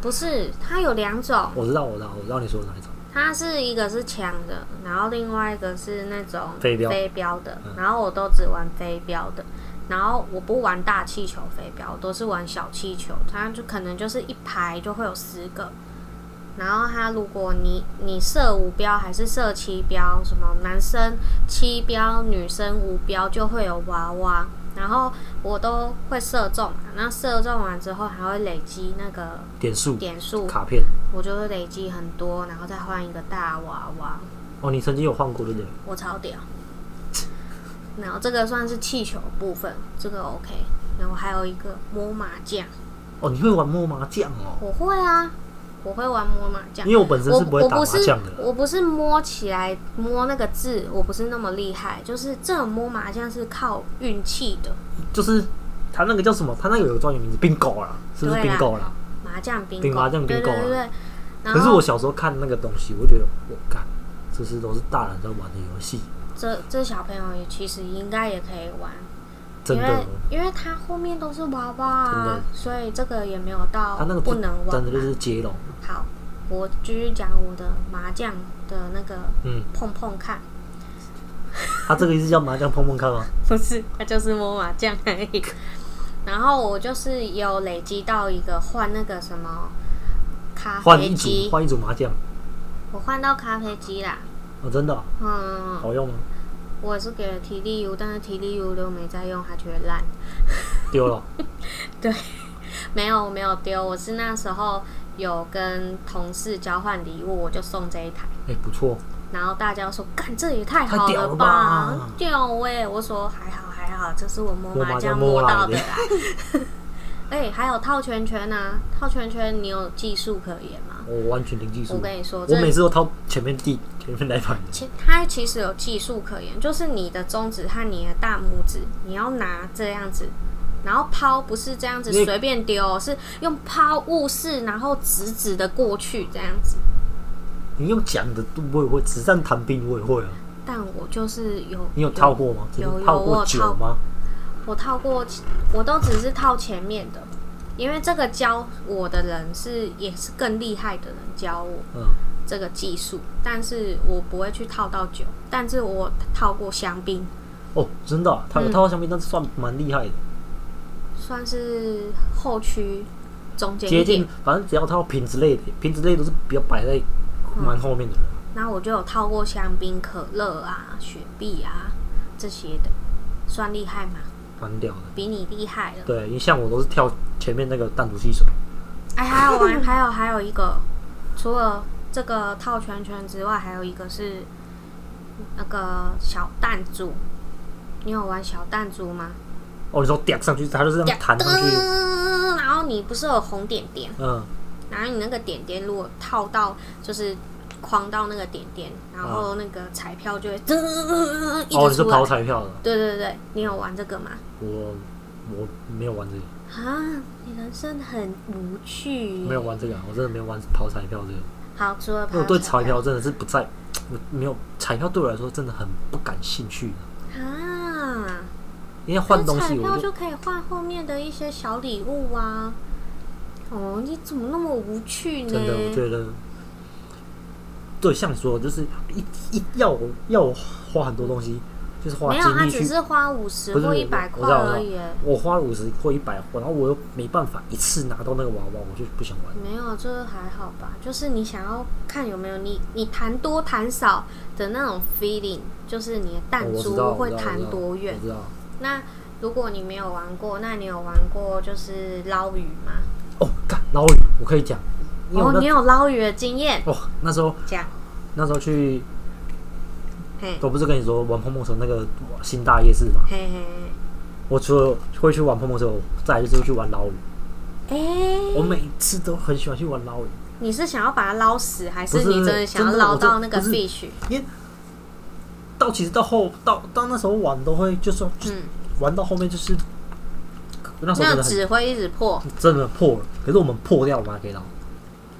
[SPEAKER 2] 不是，它有两种。
[SPEAKER 1] 我知道，我知道，我知道你说的哪一种。
[SPEAKER 2] 它是一个是枪的，然后另外一个是那种
[SPEAKER 1] 飞镖
[SPEAKER 2] 飞镖的
[SPEAKER 1] 嗯，
[SPEAKER 2] 然后我都只玩飞镖的，然后我不玩大气球飞镖，我都是玩小气球，它就可能就是一排就会有十个，然后它如果你你射五标还是射七标，什么男生七标，女生五标就会有娃娃，然后我都会射中嘛，那射中完之后还会累积那个
[SPEAKER 1] 点数
[SPEAKER 2] 点数，
[SPEAKER 1] 卡片
[SPEAKER 2] 我就会累积很多，然后再换一个大娃娃，
[SPEAKER 1] 哦，你曾经有换过对不对？
[SPEAKER 2] 我超屌。然后这个算是气球部分，这个 OK。然后还有一个摸麻将，
[SPEAKER 1] 哦，你会玩摸麻将哦？
[SPEAKER 2] 我会啊，我会玩摸麻将
[SPEAKER 1] 因。为我本身
[SPEAKER 2] 我
[SPEAKER 1] 是不会
[SPEAKER 2] 我
[SPEAKER 1] 打
[SPEAKER 2] 不
[SPEAKER 1] 麻
[SPEAKER 2] 是
[SPEAKER 1] 将的，
[SPEAKER 2] 我不是摸起来摸那个字，我不是那么厉害。就是这种摸麻将是靠运气的，
[SPEAKER 1] 就是他那个叫什么？他那个有个专业名字，bingo 啦，是不是
[SPEAKER 2] 对啦
[SPEAKER 1] bingo 啦？
[SPEAKER 2] 麻将冰
[SPEAKER 1] 对麻将
[SPEAKER 2] 对
[SPEAKER 1] bingo 啊
[SPEAKER 2] 对对对。然
[SPEAKER 1] 可
[SPEAKER 2] 后
[SPEAKER 1] 是我小时候看那个东西，我觉得我干，这是都是大人在玩的游戏，
[SPEAKER 2] 这这小朋友也其实应该也可以玩，
[SPEAKER 1] 真
[SPEAKER 2] 因
[SPEAKER 1] 的
[SPEAKER 2] 为。因为它后面都是娃娃
[SPEAKER 1] 真
[SPEAKER 2] 啊
[SPEAKER 1] 的，
[SPEAKER 2] 所以这个也没有到
[SPEAKER 1] 他那个
[SPEAKER 2] 不能玩。啊
[SPEAKER 1] 真的就是接龙，
[SPEAKER 2] 好，我继续讲我的麻将的那个
[SPEAKER 1] 嗯，
[SPEAKER 2] 碰碰看，
[SPEAKER 1] 他这个意思叫麻将碰碰看 吗？
[SPEAKER 2] 不是，它就是摸麻将而已。 然后我就是有累积到一个换那个什么咖
[SPEAKER 1] 换
[SPEAKER 2] 啡
[SPEAKER 1] 一组，
[SPEAKER 2] 机，
[SPEAKER 1] 换一组麻将，
[SPEAKER 2] 我换到咖啡机啦。
[SPEAKER 1] 哦，真的哦
[SPEAKER 2] 嗯，
[SPEAKER 1] 好用吗？
[SPEAKER 2] 我也是给了体力油，但是体力油都没在用，它觉得烂。
[SPEAKER 1] 丢 了，
[SPEAKER 2] 没有，我没有丢，我是那时候有跟同事交换礼物，我就送这一台。
[SPEAKER 1] 哎，不错，
[SPEAKER 2] 然后大家说：“干，这也太好
[SPEAKER 1] 太屌了
[SPEAKER 2] 吧欸
[SPEAKER 1] 吧！”
[SPEAKER 2] 屌喂、我说还好还好，这是我摸
[SPEAKER 1] 摸
[SPEAKER 2] 麻
[SPEAKER 1] 麻
[SPEAKER 2] 将
[SPEAKER 1] 将
[SPEAKER 2] 摸
[SPEAKER 1] 摸
[SPEAKER 2] 到
[SPEAKER 1] 来
[SPEAKER 2] 的
[SPEAKER 1] 的
[SPEAKER 2] 啦。 哎、还有套圈圈啊，套圈圈你有技术可言吗？
[SPEAKER 1] 我完全零技术。
[SPEAKER 2] 我跟你说，
[SPEAKER 1] 我
[SPEAKER 2] 这
[SPEAKER 1] 每次都掏前面第前面那一排的，
[SPEAKER 2] 其它其实有技术可言，就是你的中指和你的大拇指，你要拿这样子，然后抛不是这样子
[SPEAKER 1] 你
[SPEAKER 2] 随便丢哦，是用抛物式，然后直直的过去这样子。
[SPEAKER 1] 你用讲的我也会，纸上谈兵我也会啊。
[SPEAKER 2] 但我就是有
[SPEAKER 1] 你有套，过吗？
[SPEAKER 2] 有
[SPEAKER 1] 真的
[SPEAKER 2] 有
[SPEAKER 1] 套
[SPEAKER 2] 我
[SPEAKER 1] 过
[SPEAKER 2] 有
[SPEAKER 1] 酒
[SPEAKER 2] 套
[SPEAKER 1] 吗？
[SPEAKER 2] 我套过，我都只是套前面的，因为这个教我的人是也是更厉害的人教我
[SPEAKER 1] 嗯，
[SPEAKER 2] 这个技术，但是我不会去套到酒，但是我套过香槟，
[SPEAKER 1] 哦，真的啊，他有
[SPEAKER 2] 嗯
[SPEAKER 1] 套过香槟，但是算蛮厉害的，
[SPEAKER 2] 算是后区中间一
[SPEAKER 1] 接
[SPEAKER 2] 点
[SPEAKER 1] 近，反正只要套瓶子类的，瓶子类都是比较摆在蛮后面的人。
[SPEAKER 2] 那我就有套过香槟、可乐啊、雪碧啊这些的，算厉害吗？
[SPEAKER 1] 蛮屌的。
[SPEAKER 2] 比你厉害了。
[SPEAKER 1] 对，因为像我都是跳前面那个单独系手，
[SPEAKER 2] 哎，还有玩， 还有还有一个，除了这个套圈圈之外，还有一个是那个小弹珠。你有玩小弹珠吗？
[SPEAKER 1] 哦，你说掉上去，它就是这样弹上去，
[SPEAKER 2] 噔然后你不是有红点点，
[SPEAKER 1] 嗯，
[SPEAKER 2] 然后你那个点点如果套到就是框到那个点点，然后那个彩票就会噔一
[SPEAKER 1] 哦，你
[SPEAKER 2] 直
[SPEAKER 1] 是
[SPEAKER 2] 出来。
[SPEAKER 1] 跑彩票的，
[SPEAKER 2] 对对对，你有玩这个吗？
[SPEAKER 1] 我我没有玩这个，
[SPEAKER 2] 啊，你人生很无趣。
[SPEAKER 1] 没有。玩这个啊，我真的没有玩跑彩票这个，
[SPEAKER 2] 好，除了
[SPEAKER 1] 因为我对彩票真的是不在，我没有彩票对我来说真的很不感兴趣的，
[SPEAKER 2] 啊，
[SPEAKER 1] 因为换东
[SPEAKER 2] 彩
[SPEAKER 1] 西
[SPEAKER 2] 票
[SPEAKER 1] 我
[SPEAKER 2] 就
[SPEAKER 1] 就
[SPEAKER 2] 可以换后面的一些小礼物啊。哦，你怎么那么无趣呢？
[SPEAKER 1] 真的我觉得，对，像你说的，就是一一要我要我花很多东西，就是花
[SPEAKER 2] 没有，他
[SPEAKER 1] 精力
[SPEAKER 2] 只
[SPEAKER 1] 去。
[SPEAKER 2] 是花五十
[SPEAKER 1] 不是
[SPEAKER 2] 或
[SPEAKER 1] 我
[SPEAKER 2] 一百
[SPEAKER 1] 我
[SPEAKER 2] 块
[SPEAKER 1] 知道我知道
[SPEAKER 2] 而已。
[SPEAKER 1] 我花了五十或一百，然后我又没办法一次拿到那个娃娃，我就不想玩。
[SPEAKER 2] 没有，这还好吧，就是你想要看有没有你你弹多弹少的那种 feeling，就是你的弹
[SPEAKER 1] 哦我知道，
[SPEAKER 2] 珠会弹多远
[SPEAKER 1] 我。知道。
[SPEAKER 2] 那如果你没有玩过，那你有玩过就是捞鱼吗？
[SPEAKER 1] 我知道哦，干捞鱼，我可以讲。因为我
[SPEAKER 2] 哦，
[SPEAKER 1] 那
[SPEAKER 2] 你有捞鱼的经验，
[SPEAKER 1] 哦，那时候
[SPEAKER 2] 这样，
[SPEAKER 1] 那时候去，
[SPEAKER 2] 嘿，
[SPEAKER 1] 我不是跟你说玩碰碰车那个新大夜市嘛？
[SPEAKER 2] 嘿嘿，
[SPEAKER 1] 我除了会去玩碰碰车，我再来就是去玩捞鱼。
[SPEAKER 2] 哎、
[SPEAKER 1] 我每次都很喜欢去玩捞鱼，
[SPEAKER 2] 你是想要把它捞死，还
[SPEAKER 1] 不
[SPEAKER 2] 是
[SPEAKER 1] 是
[SPEAKER 2] 你真的想要捞到那个
[SPEAKER 1] 真的我
[SPEAKER 2] fish？
[SPEAKER 1] 因为到其实到后到到那时候玩都会就说
[SPEAKER 2] 嗯，
[SPEAKER 1] 玩到后面就是那时候真
[SPEAKER 2] 那
[SPEAKER 1] 的很
[SPEAKER 2] 纸会一直破，
[SPEAKER 1] 真的破了，可是我们破掉我们还可以捞。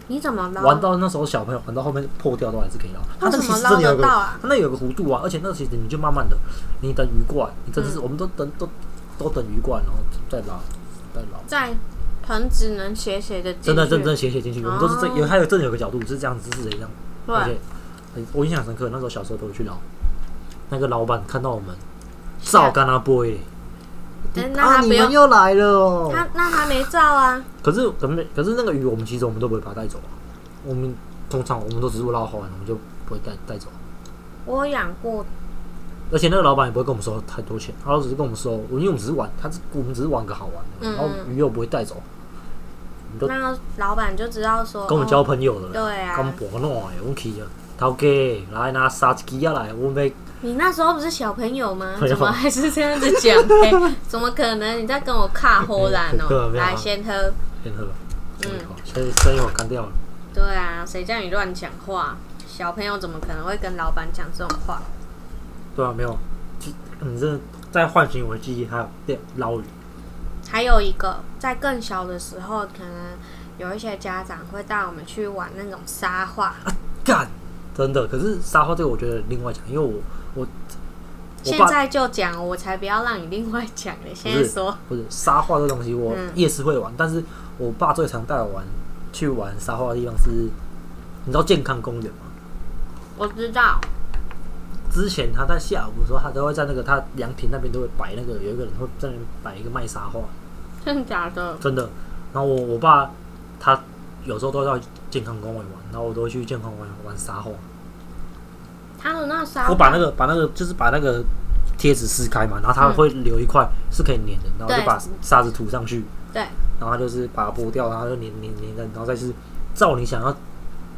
[SPEAKER 2] 你怎么捞？
[SPEAKER 1] 玩到那时候小朋友玩到后面破掉都还是可以捞。它那
[SPEAKER 2] 为什
[SPEAKER 1] 个其
[SPEAKER 2] 么
[SPEAKER 1] 实真
[SPEAKER 2] 捞
[SPEAKER 1] 的有
[SPEAKER 2] 得
[SPEAKER 1] 个，
[SPEAKER 2] 到啊？
[SPEAKER 1] 它那有个弧度啊，而且那个其实你就慢慢的，你等鱼过来，你真的
[SPEAKER 2] 嗯
[SPEAKER 1] 是、我们都等都都等鱼过来，然后再捞再捞。
[SPEAKER 2] 在盆只能斜斜的进去，
[SPEAKER 1] 真的真正斜斜进去，我们都是这
[SPEAKER 2] 哦
[SPEAKER 1] 有还有真的有个角度就是这样子，是这样，而
[SPEAKER 2] 对
[SPEAKER 1] 且，很我印象很深刻，那时候小时候都会去捞，那个老板看到我们，
[SPEAKER 2] 吓
[SPEAKER 1] 照干他不会。
[SPEAKER 2] 但那
[SPEAKER 1] 啊！
[SPEAKER 2] 他不
[SPEAKER 1] 你们
[SPEAKER 2] 用，
[SPEAKER 1] 又来了哦！
[SPEAKER 2] 他那他没照啊，
[SPEAKER 1] 可是可没可是那个鱼，我们其实我们都不会把它带走啊。我们通常我们都只是捞好玩，我们就不会带带走。啊
[SPEAKER 2] 我有养过，
[SPEAKER 1] 而且那个老板也不会跟我们收太多钱，他只是跟我们收，因为我们只是玩，他是我们只是玩个好玩的，
[SPEAKER 2] 嗯
[SPEAKER 1] 然后鱼又不会带走，就
[SPEAKER 2] 那老板就知道说
[SPEAKER 1] 跟我们交朋友
[SPEAKER 2] 哦
[SPEAKER 1] 的啦，跟
[SPEAKER 2] 对
[SPEAKER 1] 我们
[SPEAKER 2] 啊，
[SPEAKER 1] 博弄哎，我们去啊，头家来拿杀一只啊来，我们
[SPEAKER 2] 你那时候不是小朋友吗？
[SPEAKER 1] 没有
[SPEAKER 2] 怎么还是这样子 讲？嘿怎么可能？你在跟我卡荷兰
[SPEAKER 1] 没有
[SPEAKER 2] 哦？
[SPEAKER 1] 啊没有
[SPEAKER 2] 来先喝。
[SPEAKER 1] 先喝，
[SPEAKER 2] 嗯
[SPEAKER 1] 嗯，所以声音我干掉了，
[SPEAKER 2] 对啊，谁叫你乱讲话？小朋友怎么可能会跟老板讲这种话？
[SPEAKER 1] 对啊，没有，其你这在唤醒我的记忆，还有钓捞鱼，
[SPEAKER 2] 还有一个，在更小的时候，可能有一些家长会带我们去玩那种沙画。
[SPEAKER 1] 干，真的，可是沙花这个我觉得另外讲，因为我我我
[SPEAKER 2] 现
[SPEAKER 1] 爸
[SPEAKER 2] 在就讲，我才不要让你另外讲嘞。现在说，
[SPEAKER 1] 不是沙画这东西，我
[SPEAKER 2] 嗯
[SPEAKER 1] 夜市会玩，但是我爸最常带我玩去玩沙画的地方是，你知道健康公园吗？
[SPEAKER 2] 我知道，
[SPEAKER 1] 之前他在下午的时候，他都会在那个他凉亭那边都会摆那个有一个人会在那边摆一个卖沙画，
[SPEAKER 2] 真的假的？
[SPEAKER 1] 真的。然后我我爸他有时候都会到健康公园玩，然后我都会去健康公园玩沙画。
[SPEAKER 2] 他的那沙画，
[SPEAKER 1] 我把那个把那个就是把那个贴纸撕开嘛，然后他会留一块是可以粘的，然后就
[SPEAKER 2] 嗯对
[SPEAKER 1] 把沙子涂上去，
[SPEAKER 2] 对，
[SPEAKER 1] 然后他就是把它剥掉，然后就粘粘粘的，然后再是照你想要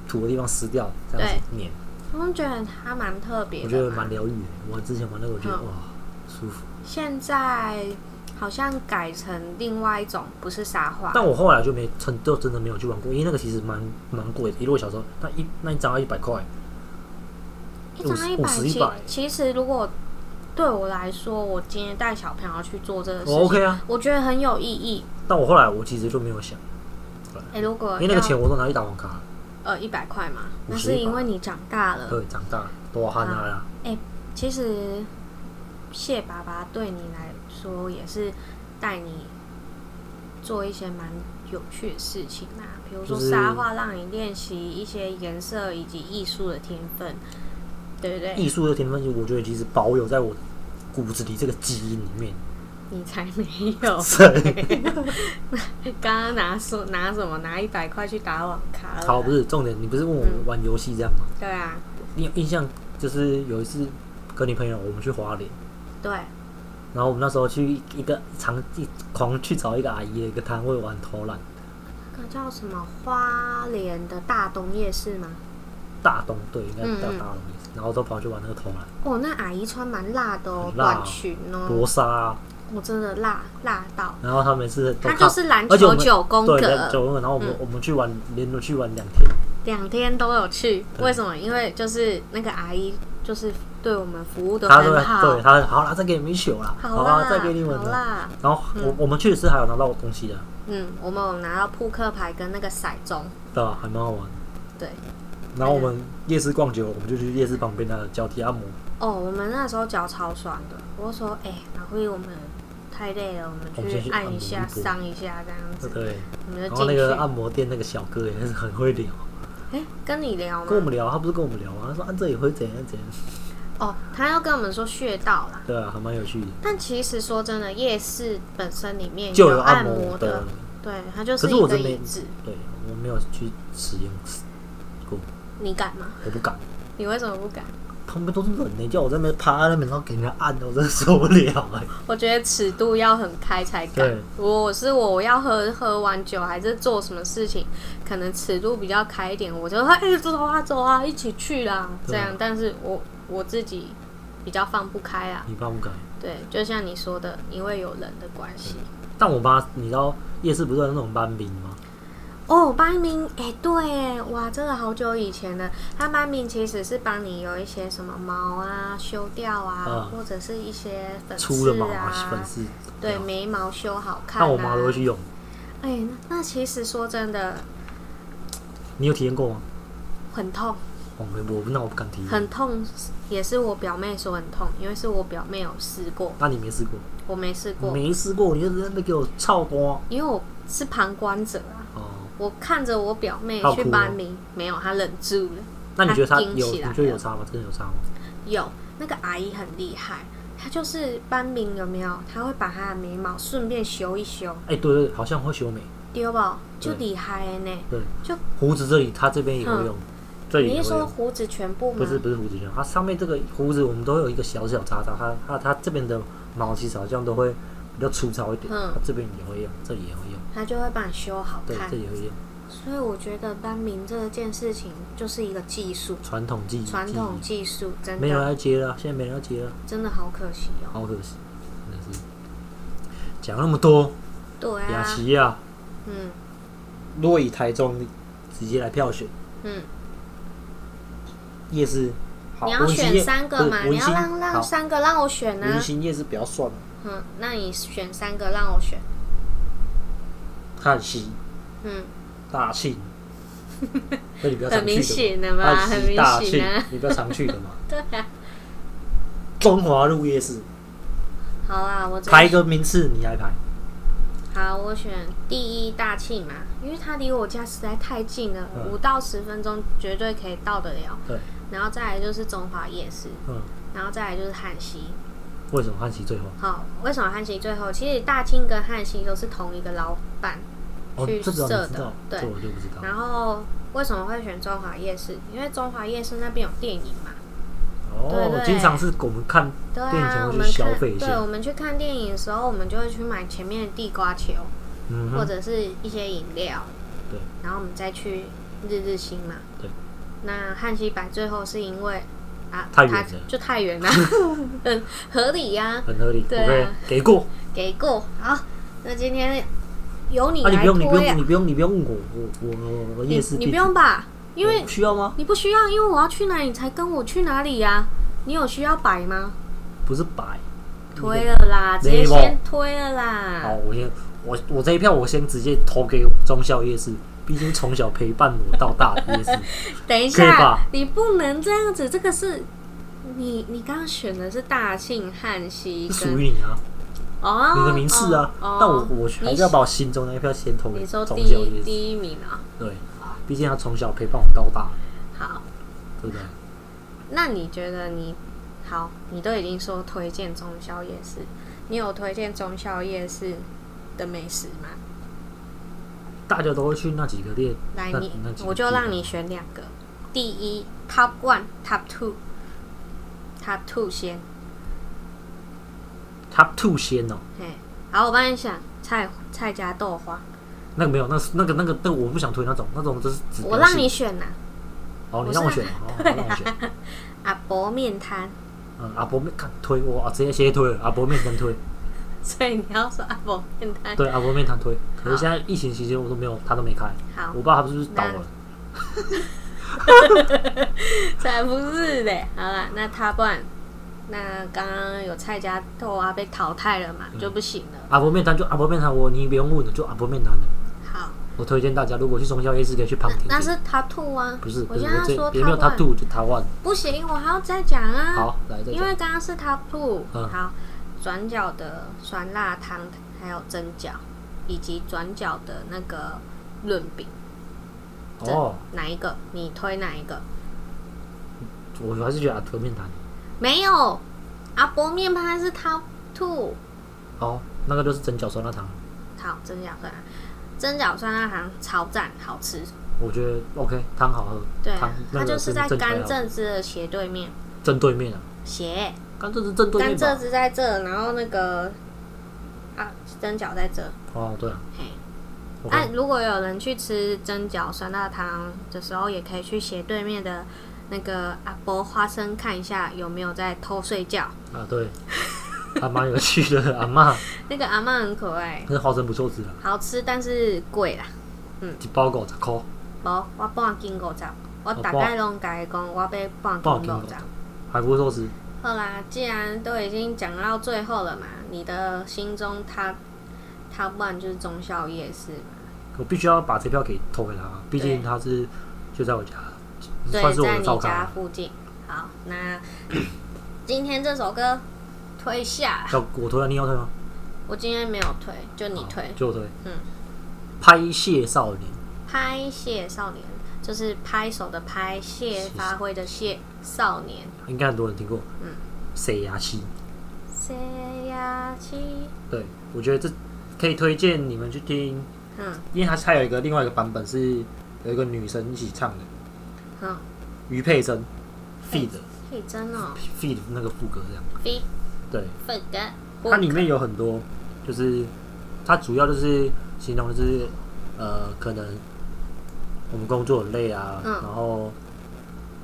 [SPEAKER 1] 涂的地方撕掉，这样子粘。
[SPEAKER 2] 我觉得他蛮嗯特别的
[SPEAKER 1] 我
[SPEAKER 2] 嘛。
[SPEAKER 1] 觉得蛮疗愈的。我之前玩那个，我觉得
[SPEAKER 2] 嗯
[SPEAKER 1] 哇舒服。
[SPEAKER 2] 现在好像改成另外一种，不是沙画。
[SPEAKER 1] 但我后来就没真就真的没有去玩过，因为那个其实蛮蛮贵的，一路小时候那一那一张要一百块，
[SPEAKER 2] 一张一
[SPEAKER 1] 五
[SPEAKER 2] 百，
[SPEAKER 1] 十
[SPEAKER 2] 其
[SPEAKER 1] 一百
[SPEAKER 2] 其实如果对我来说，我今天带小朋友去做这个事情，
[SPEAKER 1] 我 OK 啊。
[SPEAKER 2] 我觉得很有意义。
[SPEAKER 1] 但我后来我其实就没有想，
[SPEAKER 2] 哎、如果
[SPEAKER 1] 因为那个
[SPEAKER 2] 要
[SPEAKER 1] 钱我都拿去打网咖了，
[SPEAKER 2] 呃一百块嘛，
[SPEAKER 1] 五
[SPEAKER 2] 那
[SPEAKER 1] 十
[SPEAKER 2] 是
[SPEAKER 1] 一百
[SPEAKER 2] 因为你长大了。
[SPEAKER 1] 对，长大了，多汗啊啦，
[SPEAKER 2] 其实谢爸爸对你来说也是带你做一些蛮有趣的事情啊，比如说
[SPEAKER 1] 就是
[SPEAKER 2] 沙画让你练习一些颜色以及艺术的天分，对不对？
[SPEAKER 1] 艺术的天分，我觉得其实保有在我骨子里这个基因里面。
[SPEAKER 2] 你才没 有。刚刚拿说拿什么？拿一百块去打网咖了？
[SPEAKER 1] 好，不是重点，你不是问我们玩游戏这样吗？
[SPEAKER 2] 对啊，
[SPEAKER 1] 你有印象就是有一次跟你朋友我们去花莲，
[SPEAKER 2] 对，
[SPEAKER 1] 然后我们那时候去一个长一狂去找一个阿姨的一个摊位玩投篮，
[SPEAKER 2] 那个叫什么花莲的大东夜市吗？
[SPEAKER 1] 大东对，应该
[SPEAKER 2] 嗯嗯
[SPEAKER 1] 叫大东意思，然后都跑去玩那个投篮，
[SPEAKER 2] 哦，那阿姨穿蛮辣的哦，
[SPEAKER 1] 很辣哦
[SPEAKER 2] 短裙哦，
[SPEAKER 1] 搏杀啊，
[SPEAKER 2] 我真的辣辣到。
[SPEAKER 1] 然后他们是都
[SPEAKER 2] 她
[SPEAKER 1] 靠
[SPEAKER 2] 就是篮
[SPEAKER 1] 而且我
[SPEAKER 2] 球
[SPEAKER 1] 们
[SPEAKER 2] 九宫
[SPEAKER 1] 对篮
[SPEAKER 2] 格，
[SPEAKER 1] 球然后我们
[SPEAKER 2] 嗯
[SPEAKER 1] 我们去玩连着去玩两天，
[SPEAKER 2] 两天都有去。
[SPEAKER 1] 对
[SPEAKER 2] 为什么？因为就是那个阿姨，就是对我们服务都
[SPEAKER 1] 他都在
[SPEAKER 2] 很好。
[SPEAKER 1] 对他好啦，再给你们一宿啦，
[SPEAKER 2] 好
[SPEAKER 1] 啦
[SPEAKER 2] 啦，，
[SPEAKER 1] 再给你们
[SPEAKER 2] 好
[SPEAKER 1] 啦，
[SPEAKER 2] 啦。
[SPEAKER 1] 然后我我们去的是还有拿到东西的，
[SPEAKER 2] 嗯，我们有拿到扑克牌跟那个骰盅。
[SPEAKER 1] 对吧？还蛮好玩。
[SPEAKER 2] 对，
[SPEAKER 1] 然后我们夜市逛久，我们就去夜市旁边的脚底按摩，
[SPEAKER 2] 哦，我们那时候脚超酸的，我就说，哎、哪会我们太累了，我
[SPEAKER 1] 我们
[SPEAKER 2] 们
[SPEAKER 1] 先
[SPEAKER 2] 去
[SPEAKER 1] 去
[SPEAKER 2] 按一
[SPEAKER 1] 按
[SPEAKER 2] 下、
[SPEAKER 1] 摩一波
[SPEAKER 2] 伤一下这样
[SPEAKER 1] 对
[SPEAKER 2] 子
[SPEAKER 1] 不，对？
[SPEAKER 2] 我们
[SPEAKER 1] 然
[SPEAKER 2] 就
[SPEAKER 1] 后
[SPEAKER 2] 进
[SPEAKER 1] 那
[SPEAKER 2] 去。
[SPEAKER 1] 个按摩店那个小哥也是很会聊，
[SPEAKER 2] 哎、跟你聊
[SPEAKER 1] 跟我
[SPEAKER 2] 吗？
[SPEAKER 1] 们聊，他不是跟我们聊啊吗？他说按这也会怎样怎样，
[SPEAKER 2] 哦，他要跟我们说穴道啦。
[SPEAKER 1] 对啊，还蛮有趣的，
[SPEAKER 2] 但其实说真的，夜市本身里面
[SPEAKER 1] 就有
[SPEAKER 2] 按
[SPEAKER 1] 按摩
[SPEAKER 2] 的
[SPEAKER 1] 的，，
[SPEAKER 2] 对，它就
[SPEAKER 1] 可是
[SPEAKER 2] 一
[SPEAKER 1] 我
[SPEAKER 2] 个
[SPEAKER 1] 真没
[SPEAKER 2] 椅子。
[SPEAKER 1] 对我没有去使用过，
[SPEAKER 2] 你敢吗？
[SPEAKER 1] 我不敢。
[SPEAKER 2] 你为什么不敢？
[SPEAKER 1] 旁边都是人呢，叫我在那边趴在那边，然后给人家按，我真的受不了哎、
[SPEAKER 2] 我觉得尺度要很开才敢
[SPEAKER 1] 对。
[SPEAKER 2] 如果我是我，我要喝喝完酒还是做什么事情，可能尺度比较开一点，我就会哎、走啊走啊，一起去啦这
[SPEAKER 1] 对啊
[SPEAKER 2] 样。但是我我自己比较放不开啦，
[SPEAKER 1] 你怕不敢？
[SPEAKER 2] 对，就像你说的，因为有人的关系。
[SPEAKER 1] 但我妈，你知道夜市不是有那种班兵吗？
[SPEAKER 2] 哦，班名哎、对耶，哇，这个好久以前了。他班名其实是帮你有一些什么毛啊修掉啊，
[SPEAKER 1] 嗯
[SPEAKER 2] 或者是一些粉
[SPEAKER 1] 粗的
[SPEAKER 2] 刺
[SPEAKER 1] 毛
[SPEAKER 2] 啊，
[SPEAKER 1] 粉刺，啊
[SPEAKER 2] 对，眉毛修好看、啊。
[SPEAKER 1] 但我妈都会去用。
[SPEAKER 2] 哎、那那其实说真的，
[SPEAKER 1] 你有体验过吗？
[SPEAKER 2] 很痛，
[SPEAKER 1] 哦我没，我那我不敢体验。
[SPEAKER 2] 很痛，也是我表妹说很痛，因为是我表妹有试过，
[SPEAKER 1] 那你没试过？
[SPEAKER 2] 我没试过，
[SPEAKER 1] 没试过，你就在那边给我操光
[SPEAKER 2] 因为我是旁观者啊，
[SPEAKER 1] 哦。
[SPEAKER 2] 我看着我表妹
[SPEAKER 1] 她有
[SPEAKER 2] 去
[SPEAKER 1] 哭吗
[SPEAKER 2] 搬名，没有，她忍住了。
[SPEAKER 1] 那你觉得
[SPEAKER 2] 她
[SPEAKER 1] 它
[SPEAKER 2] 顶
[SPEAKER 1] 有？
[SPEAKER 2] 起
[SPEAKER 1] 你
[SPEAKER 2] 来
[SPEAKER 1] 觉得有
[SPEAKER 2] 了
[SPEAKER 1] 差吗？真的有差吗？
[SPEAKER 2] 有那个阿姨很厉害，她就是搬名有没有？她会把她的眉毛顺便修一修，
[SPEAKER 1] 哎、对对，好像会修眉，
[SPEAKER 2] 丢吧，就
[SPEAKER 1] 对
[SPEAKER 2] 厉害的呢。
[SPEAKER 1] 对，
[SPEAKER 2] 就嗯
[SPEAKER 1] 胡子这里它这边也会用，这里
[SPEAKER 2] 你
[SPEAKER 1] 也
[SPEAKER 2] 是
[SPEAKER 1] 会
[SPEAKER 2] 说
[SPEAKER 1] 用。
[SPEAKER 2] 胡子全部吗？
[SPEAKER 1] 不是不是胡子圈，它上面这个胡子我们都会有一个小小渣渣，它它它这边的毛其实好像都会比较粗糙一点，
[SPEAKER 2] 嗯
[SPEAKER 1] 它这边也会用，这里也会用，
[SPEAKER 2] 她就会帮你修好
[SPEAKER 1] 对，
[SPEAKER 2] 看
[SPEAKER 1] 这。里也会用，
[SPEAKER 2] 所以我觉得搬名这件事情就是一个技术，
[SPEAKER 1] 传统技艺
[SPEAKER 2] 传统技术
[SPEAKER 1] 技艺
[SPEAKER 2] 真
[SPEAKER 1] 没人
[SPEAKER 2] 的
[SPEAKER 1] 要接了，现在没人要接了，
[SPEAKER 2] 真的好可惜哦。
[SPEAKER 1] 好可惜，真的是。讲那么多，
[SPEAKER 2] 对
[SPEAKER 1] 雅
[SPEAKER 2] 啊，
[SPEAKER 1] 琪啊，
[SPEAKER 2] 嗯
[SPEAKER 1] 如果以台中直接来票选
[SPEAKER 2] 嗯，
[SPEAKER 1] 夜市，好
[SPEAKER 2] 你要
[SPEAKER 1] 文心夜
[SPEAKER 2] 选三个嘛？
[SPEAKER 1] 不是文
[SPEAKER 2] 你要
[SPEAKER 1] 心
[SPEAKER 2] 让让
[SPEAKER 1] 好
[SPEAKER 2] 三个让我选啊
[SPEAKER 1] 文。心夜市不要算了，
[SPEAKER 2] 嗯，那你选三个让我选。
[SPEAKER 1] 汉 西
[SPEAKER 2] 嗯，
[SPEAKER 1] 大庆，那你不要
[SPEAKER 2] 很
[SPEAKER 1] 常去
[SPEAKER 2] 明
[SPEAKER 1] 的
[SPEAKER 2] 显的
[SPEAKER 1] 嘛
[SPEAKER 2] 嘛，
[SPEAKER 1] 汉
[SPEAKER 2] 很
[SPEAKER 1] 西
[SPEAKER 2] 明
[SPEAKER 1] 大庆
[SPEAKER 2] 显啊。
[SPEAKER 1] 你不要常去的嘛。
[SPEAKER 2] 对啊，
[SPEAKER 1] 中华路夜市
[SPEAKER 2] 好啊，我只
[SPEAKER 1] 排一个名次，你来排。
[SPEAKER 2] 好，我选第一大庆嘛，因为它离我家实在太近了，
[SPEAKER 1] 嗯
[SPEAKER 2] 五、到十分钟绝对可以到得了。
[SPEAKER 1] 对，
[SPEAKER 2] 然后再来就是中华夜市，
[SPEAKER 1] 嗯，
[SPEAKER 2] 然后再来就是汉西。
[SPEAKER 1] 为什么汉西最后？
[SPEAKER 2] 好，为什么汉西最后？其实大庆跟汉西都是同一个老板
[SPEAKER 1] 哦，
[SPEAKER 2] 去
[SPEAKER 1] 这个
[SPEAKER 2] 设
[SPEAKER 1] 你知
[SPEAKER 2] 的
[SPEAKER 1] 道，，
[SPEAKER 2] 对
[SPEAKER 1] 这。我就不知道。
[SPEAKER 2] 然后为什么会选中华夜市？因为中华夜市那边有电影嘛。对
[SPEAKER 1] 哦
[SPEAKER 2] 对，
[SPEAKER 1] 经常是我们看
[SPEAKER 2] 对
[SPEAKER 1] 电影
[SPEAKER 2] 啊，
[SPEAKER 1] 前
[SPEAKER 2] 我
[SPEAKER 1] 会
[SPEAKER 2] 们
[SPEAKER 1] 去消
[SPEAKER 2] 看，
[SPEAKER 1] 费一
[SPEAKER 2] 对，
[SPEAKER 1] 下
[SPEAKER 2] 我，们去看电影的时候，我们就会去买前面的地瓜球、
[SPEAKER 1] 嗯
[SPEAKER 2] 或
[SPEAKER 1] 哼，
[SPEAKER 2] 者是一些饮料。
[SPEAKER 1] 对。
[SPEAKER 2] 然后我们再去日日新嘛。
[SPEAKER 1] 对。
[SPEAKER 2] 那汉西白最后是因为啊，
[SPEAKER 1] 太远
[SPEAKER 2] 他
[SPEAKER 1] 了
[SPEAKER 2] 就太远了， 很合理呀、
[SPEAKER 1] 很合理，
[SPEAKER 2] 对啊
[SPEAKER 1] 不会给过。
[SPEAKER 2] 给过好，那今天由你
[SPEAKER 1] 啊，你
[SPEAKER 2] 来
[SPEAKER 1] 不用，你不
[SPEAKER 2] 推
[SPEAKER 1] 用，
[SPEAKER 2] 啊
[SPEAKER 1] 你不用，你不用问我，我我我我夜市地
[SPEAKER 2] 你不
[SPEAKER 1] 址
[SPEAKER 2] 用吧？因为
[SPEAKER 1] 我需要吗？
[SPEAKER 2] 你不需要，因为我要去哪里才跟我去哪里呀、你有需要摆吗？
[SPEAKER 1] 不是摆
[SPEAKER 2] 推了啦，直接
[SPEAKER 1] 没有
[SPEAKER 2] 先推了
[SPEAKER 1] 好，
[SPEAKER 2] 啦。
[SPEAKER 1] 我先我我这一票我先直接投给忠孝夜市，毕竟从小陪伴我到大的夜市。
[SPEAKER 2] 等一
[SPEAKER 1] 可以
[SPEAKER 2] 下
[SPEAKER 1] 吧，
[SPEAKER 2] 你不能这样子，这个是你你刚刚选的是大庆汉西
[SPEAKER 1] 是属
[SPEAKER 2] 跟
[SPEAKER 1] 于你啊，
[SPEAKER 2] 哦
[SPEAKER 1] 你的名次啊。
[SPEAKER 2] 哦
[SPEAKER 1] 但我我还是要
[SPEAKER 2] 你
[SPEAKER 1] 把我心中那一票先投给
[SPEAKER 2] 你说
[SPEAKER 1] 中
[SPEAKER 2] 第
[SPEAKER 1] 小
[SPEAKER 2] 一
[SPEAKER 1] 夜市，
[SPEAKER 2] 第一名啊、
[SPEAKER 1] 对，毕竟他从小陪伴我到大，
[SPEAKER 2] 好，
[SPEAKER 1] 对不对？
[SPEAKER 2] 那你觉得你好，你都已经说推荐中宵夜市，你有推荐中宵夜市的美食吗？
[SPEAKER 1] 大家都会去那几个店，
[SPEAKER 2] 来，
[SPEAKER 1] 那
[SPEAKER 2] 你
[SPEAKER 1] 那几个
[SPEAKER 2] 我就
[SPEAKER 1] 地方
[SPEAKER 2] 让你选两个，第一 top one top two top two 先，
[SPEAKER 1] Top Two 先哦，
[SPEAKER 2] 嘿，好，我帮你想菜菜加豆花，
[SPEAKER 1] 那个没有，那是那个那个那个我不想推那种，那种就是指标
[SPEAKER 2] 我让
[SPEAKER 1] 性
[SPEAKER 2] 你选呐、啊
[SPEAKER 1] 哦，你
[SPEAKER 2] 我
[SPEAKER 1] 让
[SPEAKER 2] 是
[SPEAKER 1] 我选
[SPEAKER 2] 啊
[SPEAKER 1] 嘛，哦，你让我选。
[SPEAKER 2] 阿伯面摊，
[SPEAKER 1] 嗯，阿伯面看推我啊，直接先推了阿伯面跟推，
[SPEAKER 2] 所以你要说阿伯面摊，
[SPEAKER 1] 对啊阿伯面摊推。可是现在疫情期间我都没有，他都没开，
[SPEAKER 2] 好
[SPEAKER 1] 我，不知道他是不是倒了。
[SPEAKER 2] 才不是嘞！好啦，那 top one，那刚刚有菜加豆花啊被淘汰了嘛，
[SPEAKER 1] 嗯
[SPEAKER 2] 就不行了。
[SPEAKER 1] 阿伯面摊就阿伯面摊，我你不用问了，就阿伯面摊了。
[SPEAKER 2] 好，
[SPEAKER 1] 我推荐大家，如果去中宵夜市可以去旁听。
[SPEAKER 2] 那是 top two 啊，
[SPEAKER 1] 不是
[SPEAKER 2] 我
[SPEAKER 1] 不是
[SPEAKER 2] 现在
[SPEAKER 1] 我这
[SPEAKER 2] 说
[SPEAKER 1] 也没有
[SPEAKER 2] top
[SPEAKER 1] top
[SPEAKER 2] one，
[SPEAKER 1] two 就 top one。
[SPEAKER 2] 不行，我还要再讲啊。
[SPEAKER 1] 好，来再
[SPEAKER 2] 因
[SPEAKER 1] 讲
[SPEAKER 2] 为刚刚是 top two，、
[SPEAKER 1] 嗯
[SPEAKER 2] 好，转角的酸辣汤，还有蒸饺，以及转角的那个润饼，这
[SPEAKER 1] 哦，
[SPEAKER 2] 哪一个？你推哪一个？
[SPEAKER 1] 我还是觉得阿伯面摊
[SPEAKER 2] 没有，阿伯面摊是 top two，
[SPEAKER 1] 哦，那个就是蒸饺酸辣汤，
[SPEAKER 2] 好，蒸饺酸辣，啊蒸饺酸辣汤超赞，好吃。
[SPEAKER 1] 我觉得 OK，汤好喝，
[SPEAKER 2] 对啊
[SPEAKER 1] 汤，那
[SPEAKER 2] 它
[SPEAKER 1] 个
[SPEAKER 2] 就是在
[SPEAKER 1] 正
[SPEAKER 2] 甘
[SPEAKER 1] 正
[SPEAKER 2] 蔗汁的斜对面，
[SPEAKER 1] 正对面啊，
[SPEAKER 2] 斜
[SPEAKER 1] 甘蔗是正对
[SPEAKER 2] 甘
[SPEAKER 1] 面
[SPEAKER 2] 蔗
[SPEAKER 1] 吧？
[SPEAKER 2] 汁在这，然后那个啊蒸饺在这，
[SPEAKER 1] 哦，对啊
[SPEAKER 2] 嘿。那、
[SPEAKER 1] ，OK，
[SPEAKER 2] 如果有人去吃蒸饺酸辣汤的时候，也可以去斜对面的那个阿伯花生看一下有没有在偷睡觉。
[SPEAKER 1] 啊对， 还蛮有趣的，阿妈。
[SPEAKER 2] 那个阿嬷很可爱，
[SPEAKER 1] 那花生不错吃啊，
[SPEAKER 2] 好吃但是贵啦。
[SPEAKER 1] 一包五十块，
[SPEAKER 2] 无，我半斤五十，我大概拢甲伊讲，我要半
[SPEAKER 1] 哦半
[SPEAKER 2] 斤
[SPEAKER 1] 斤
[SPEAKER 2] 五
[SPEAKER 1] 五
[SPEAKER 2] 十
[SPEAKER 1] 十。，还不错吃。
[SPEAKER 2] 好啦，既然都已经讲到最后了嘛，你的心中他他不然就是中宵夜市嘛，
[SPEAKER 1] 我必须要把这票给投给他，毕
[SPEAKER 2] 对
[SPEAKER 1] 竟他是就在我家，算是
[SPEAKER 2] 对，
[SPEAKER 1] 我
[SPEAKER 2] 在
[SPEAKER 1] 的照
[SPEAKER 2] 你
[SPEAKER 1] 咖
[SPEAKER 2] 家
[SPEAKER 1] 啊。
[SPEAKER 2] 附近。好，那今天这首歌推下啦。
[SPEAKER 1] 要我推啊，你要推吗？
[SPEAKER 2] 我今天没有推，就你
[SPEAKER 1] 好
[SPEAKER 2] 推。
[SPEAKER 1] 就我推。
[SPEAKER 2] 嗯，
[SPEAKER 1] 拍谢少年，
[SPEAKER 2] 拍谢少年就是拍手的拍，谢发挥的谢，少年。
[SPEAKER 1] 应该很多人听过。
[SPEAKER 2] 嗯，
[SPEAKER 1] 谁牙西？
[SPEAKER 2] 谁呀？七，
[SPEAKER 1] 对，我觉得这可以推荐你们去听，
[SPEAKER 2] 嗯
[SPEAKER 1] 因为它还有一个另外一个版本是有一个女生一起唱的，
[SPEAKER 2] 嗯，
[SPEAKER 1] 余佩珍 feed
[SPEAKER 2] 嘿，真哦
[SPEAKER 1] feed 那个副歌这样。
[SPEAKER 2] ，fit
[SPEAKER 1] 对，
[SPEAKER 2] fit 的，
[SPEAKER 1] 它里面有很多，就是它主要就是形容就是呃，可能我们工作很累啊，
[SPEAKER 2] 嗯
[SPEAKER 1] 然后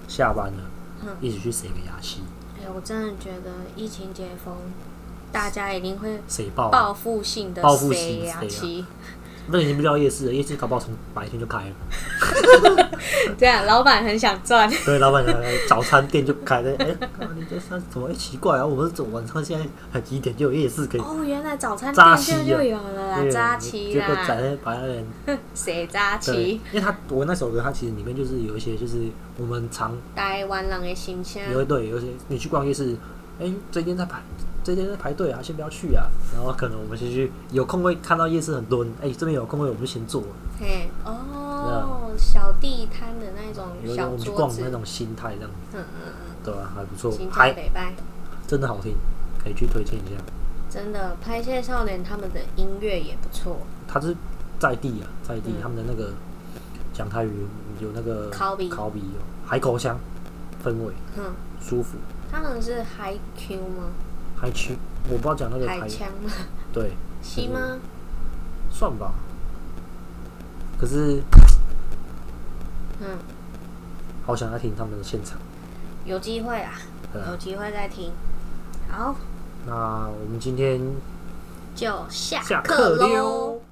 [SPEAKER 1] 下班了，
[SPEAKER 2] 嗯
[SPEAKER 1] 一起去塞个牙漆，
[SPEAKER 2] 哎，我真的觉得疫情解封，大家一定会
[SPEAKER 1] 塞爆啊，
[SPEAKER 2] 报复性的
[SPEAKER 1] 报复
[SPEAKER 2] 谁
[SPEAKER 1] 性
[SPEAKER 2] 呀
[SPEAKER 1] 谁呀
[SPEAKER 2] 七，
[SPEAKER 1] 那已经不叫夜市了，夜市搞不好从白天就开了，
[SPEAKER 2] 这样啊老板很想 赚，
[SPEAKER 1] 对，老板娘来早餐店就开了，哎、干嘛你这算怎么、哎奇怪啊？我们走晚上现在很几点就有夜市可以，
[SPEAKER 2] 哦，原来早餐
[SPEAKER 1] 扎
[SPEAKER 2] 店
[SPEAKER 1] 西
[SPEAKER 2] 就
[SPEAKER 1] 啊
[SPEAKER 2] 就有了啦，
[SPEAKER 1] 对
[SPEAKER 2] 扎七
[SPEAKER 1] 结果
[SPEAKER 2] 啦，
[SPEAKER 1] 宰那白人
[SPEAKER 2] 谁扎
[SPEAKER 1] 对，
[SPEAKER 2] 七
[SPEAKER 1] 因？为他我那首歌，它其实里面就是有一些就是我们常
[SPEAKER 2] 台湾人的心情，
[SPEAKER 1] 有对，有些你去逛夜市，哎、这间在排，这间在排队啊，先不要去啊。然后可能我们先去，有空位看到夜市很多人，哎、这边有空位，我们就先坐了。
[SPEAKER 2] 嘿，哦，小地摊的那种
[SPEAKER 1] 啊有一种
[SPEAKER 2] 小
[SPEAKER 1] 我们去
[SPEAKER 2] 桌
[SPEAKER 1] 逛那
[SPEAKER 2] 子，
[SPEAKER 1] 种心态这样，
[SPEAKER 2] 嗯嗯
[SPEAKER 1] 对吧、还不
[SPEAKER 2] 嗯，
[SPEAKER 1] 错，
[SPEAKER 2] 新疆
[SPEAKER 1] 还
[SPEAKER 2] 北拜，
[SPEAKER 1] 真的好听，可以去推荐一下。
[SPEAKER 2] 真的拍谢少年他们的音乐也不错，
[SPEAKER 1] 他是在地啊，在地、
[SPEAKER 2] 嗯
[SPEAKER 1] 他们的那个讲台语有那个
[SPEAKER 2] 口味
[SPEAKER 1] 烤比有海口香氛围
[SPEAKER 2] 哼，
[SPEAKER 1] 舒服，
[SPEAKER 2] 他们是 High Q 吗？
[SPEAKER 1] 还去我不知道讲那个
[SPEAKER 2] 海
[SPEAKER 1] 台
[SPEAKER 2] 枪吗？
[SPEAKER 1] 对
[SPEAKER 2] 西吗？
[SPEAKER 1] 算吧，可是
[SPEAKER 2] 嗯，
[SPEAKER 1] 好想要听他们的现场。
[SPEAKER 2] 有机会啊，
[SPEAKER 1] 对啊
[SPEAKER 2] 有机会再听。好，
[SPEAKER 1] 那我们今天
[SPEAKER 2] 就下
[SPEAKER 1] 下
[SPEAKER 2] 课
[SPEAKER 1] 课
[SPEAKER 2] 喽
[SPEAKER 1] 溜。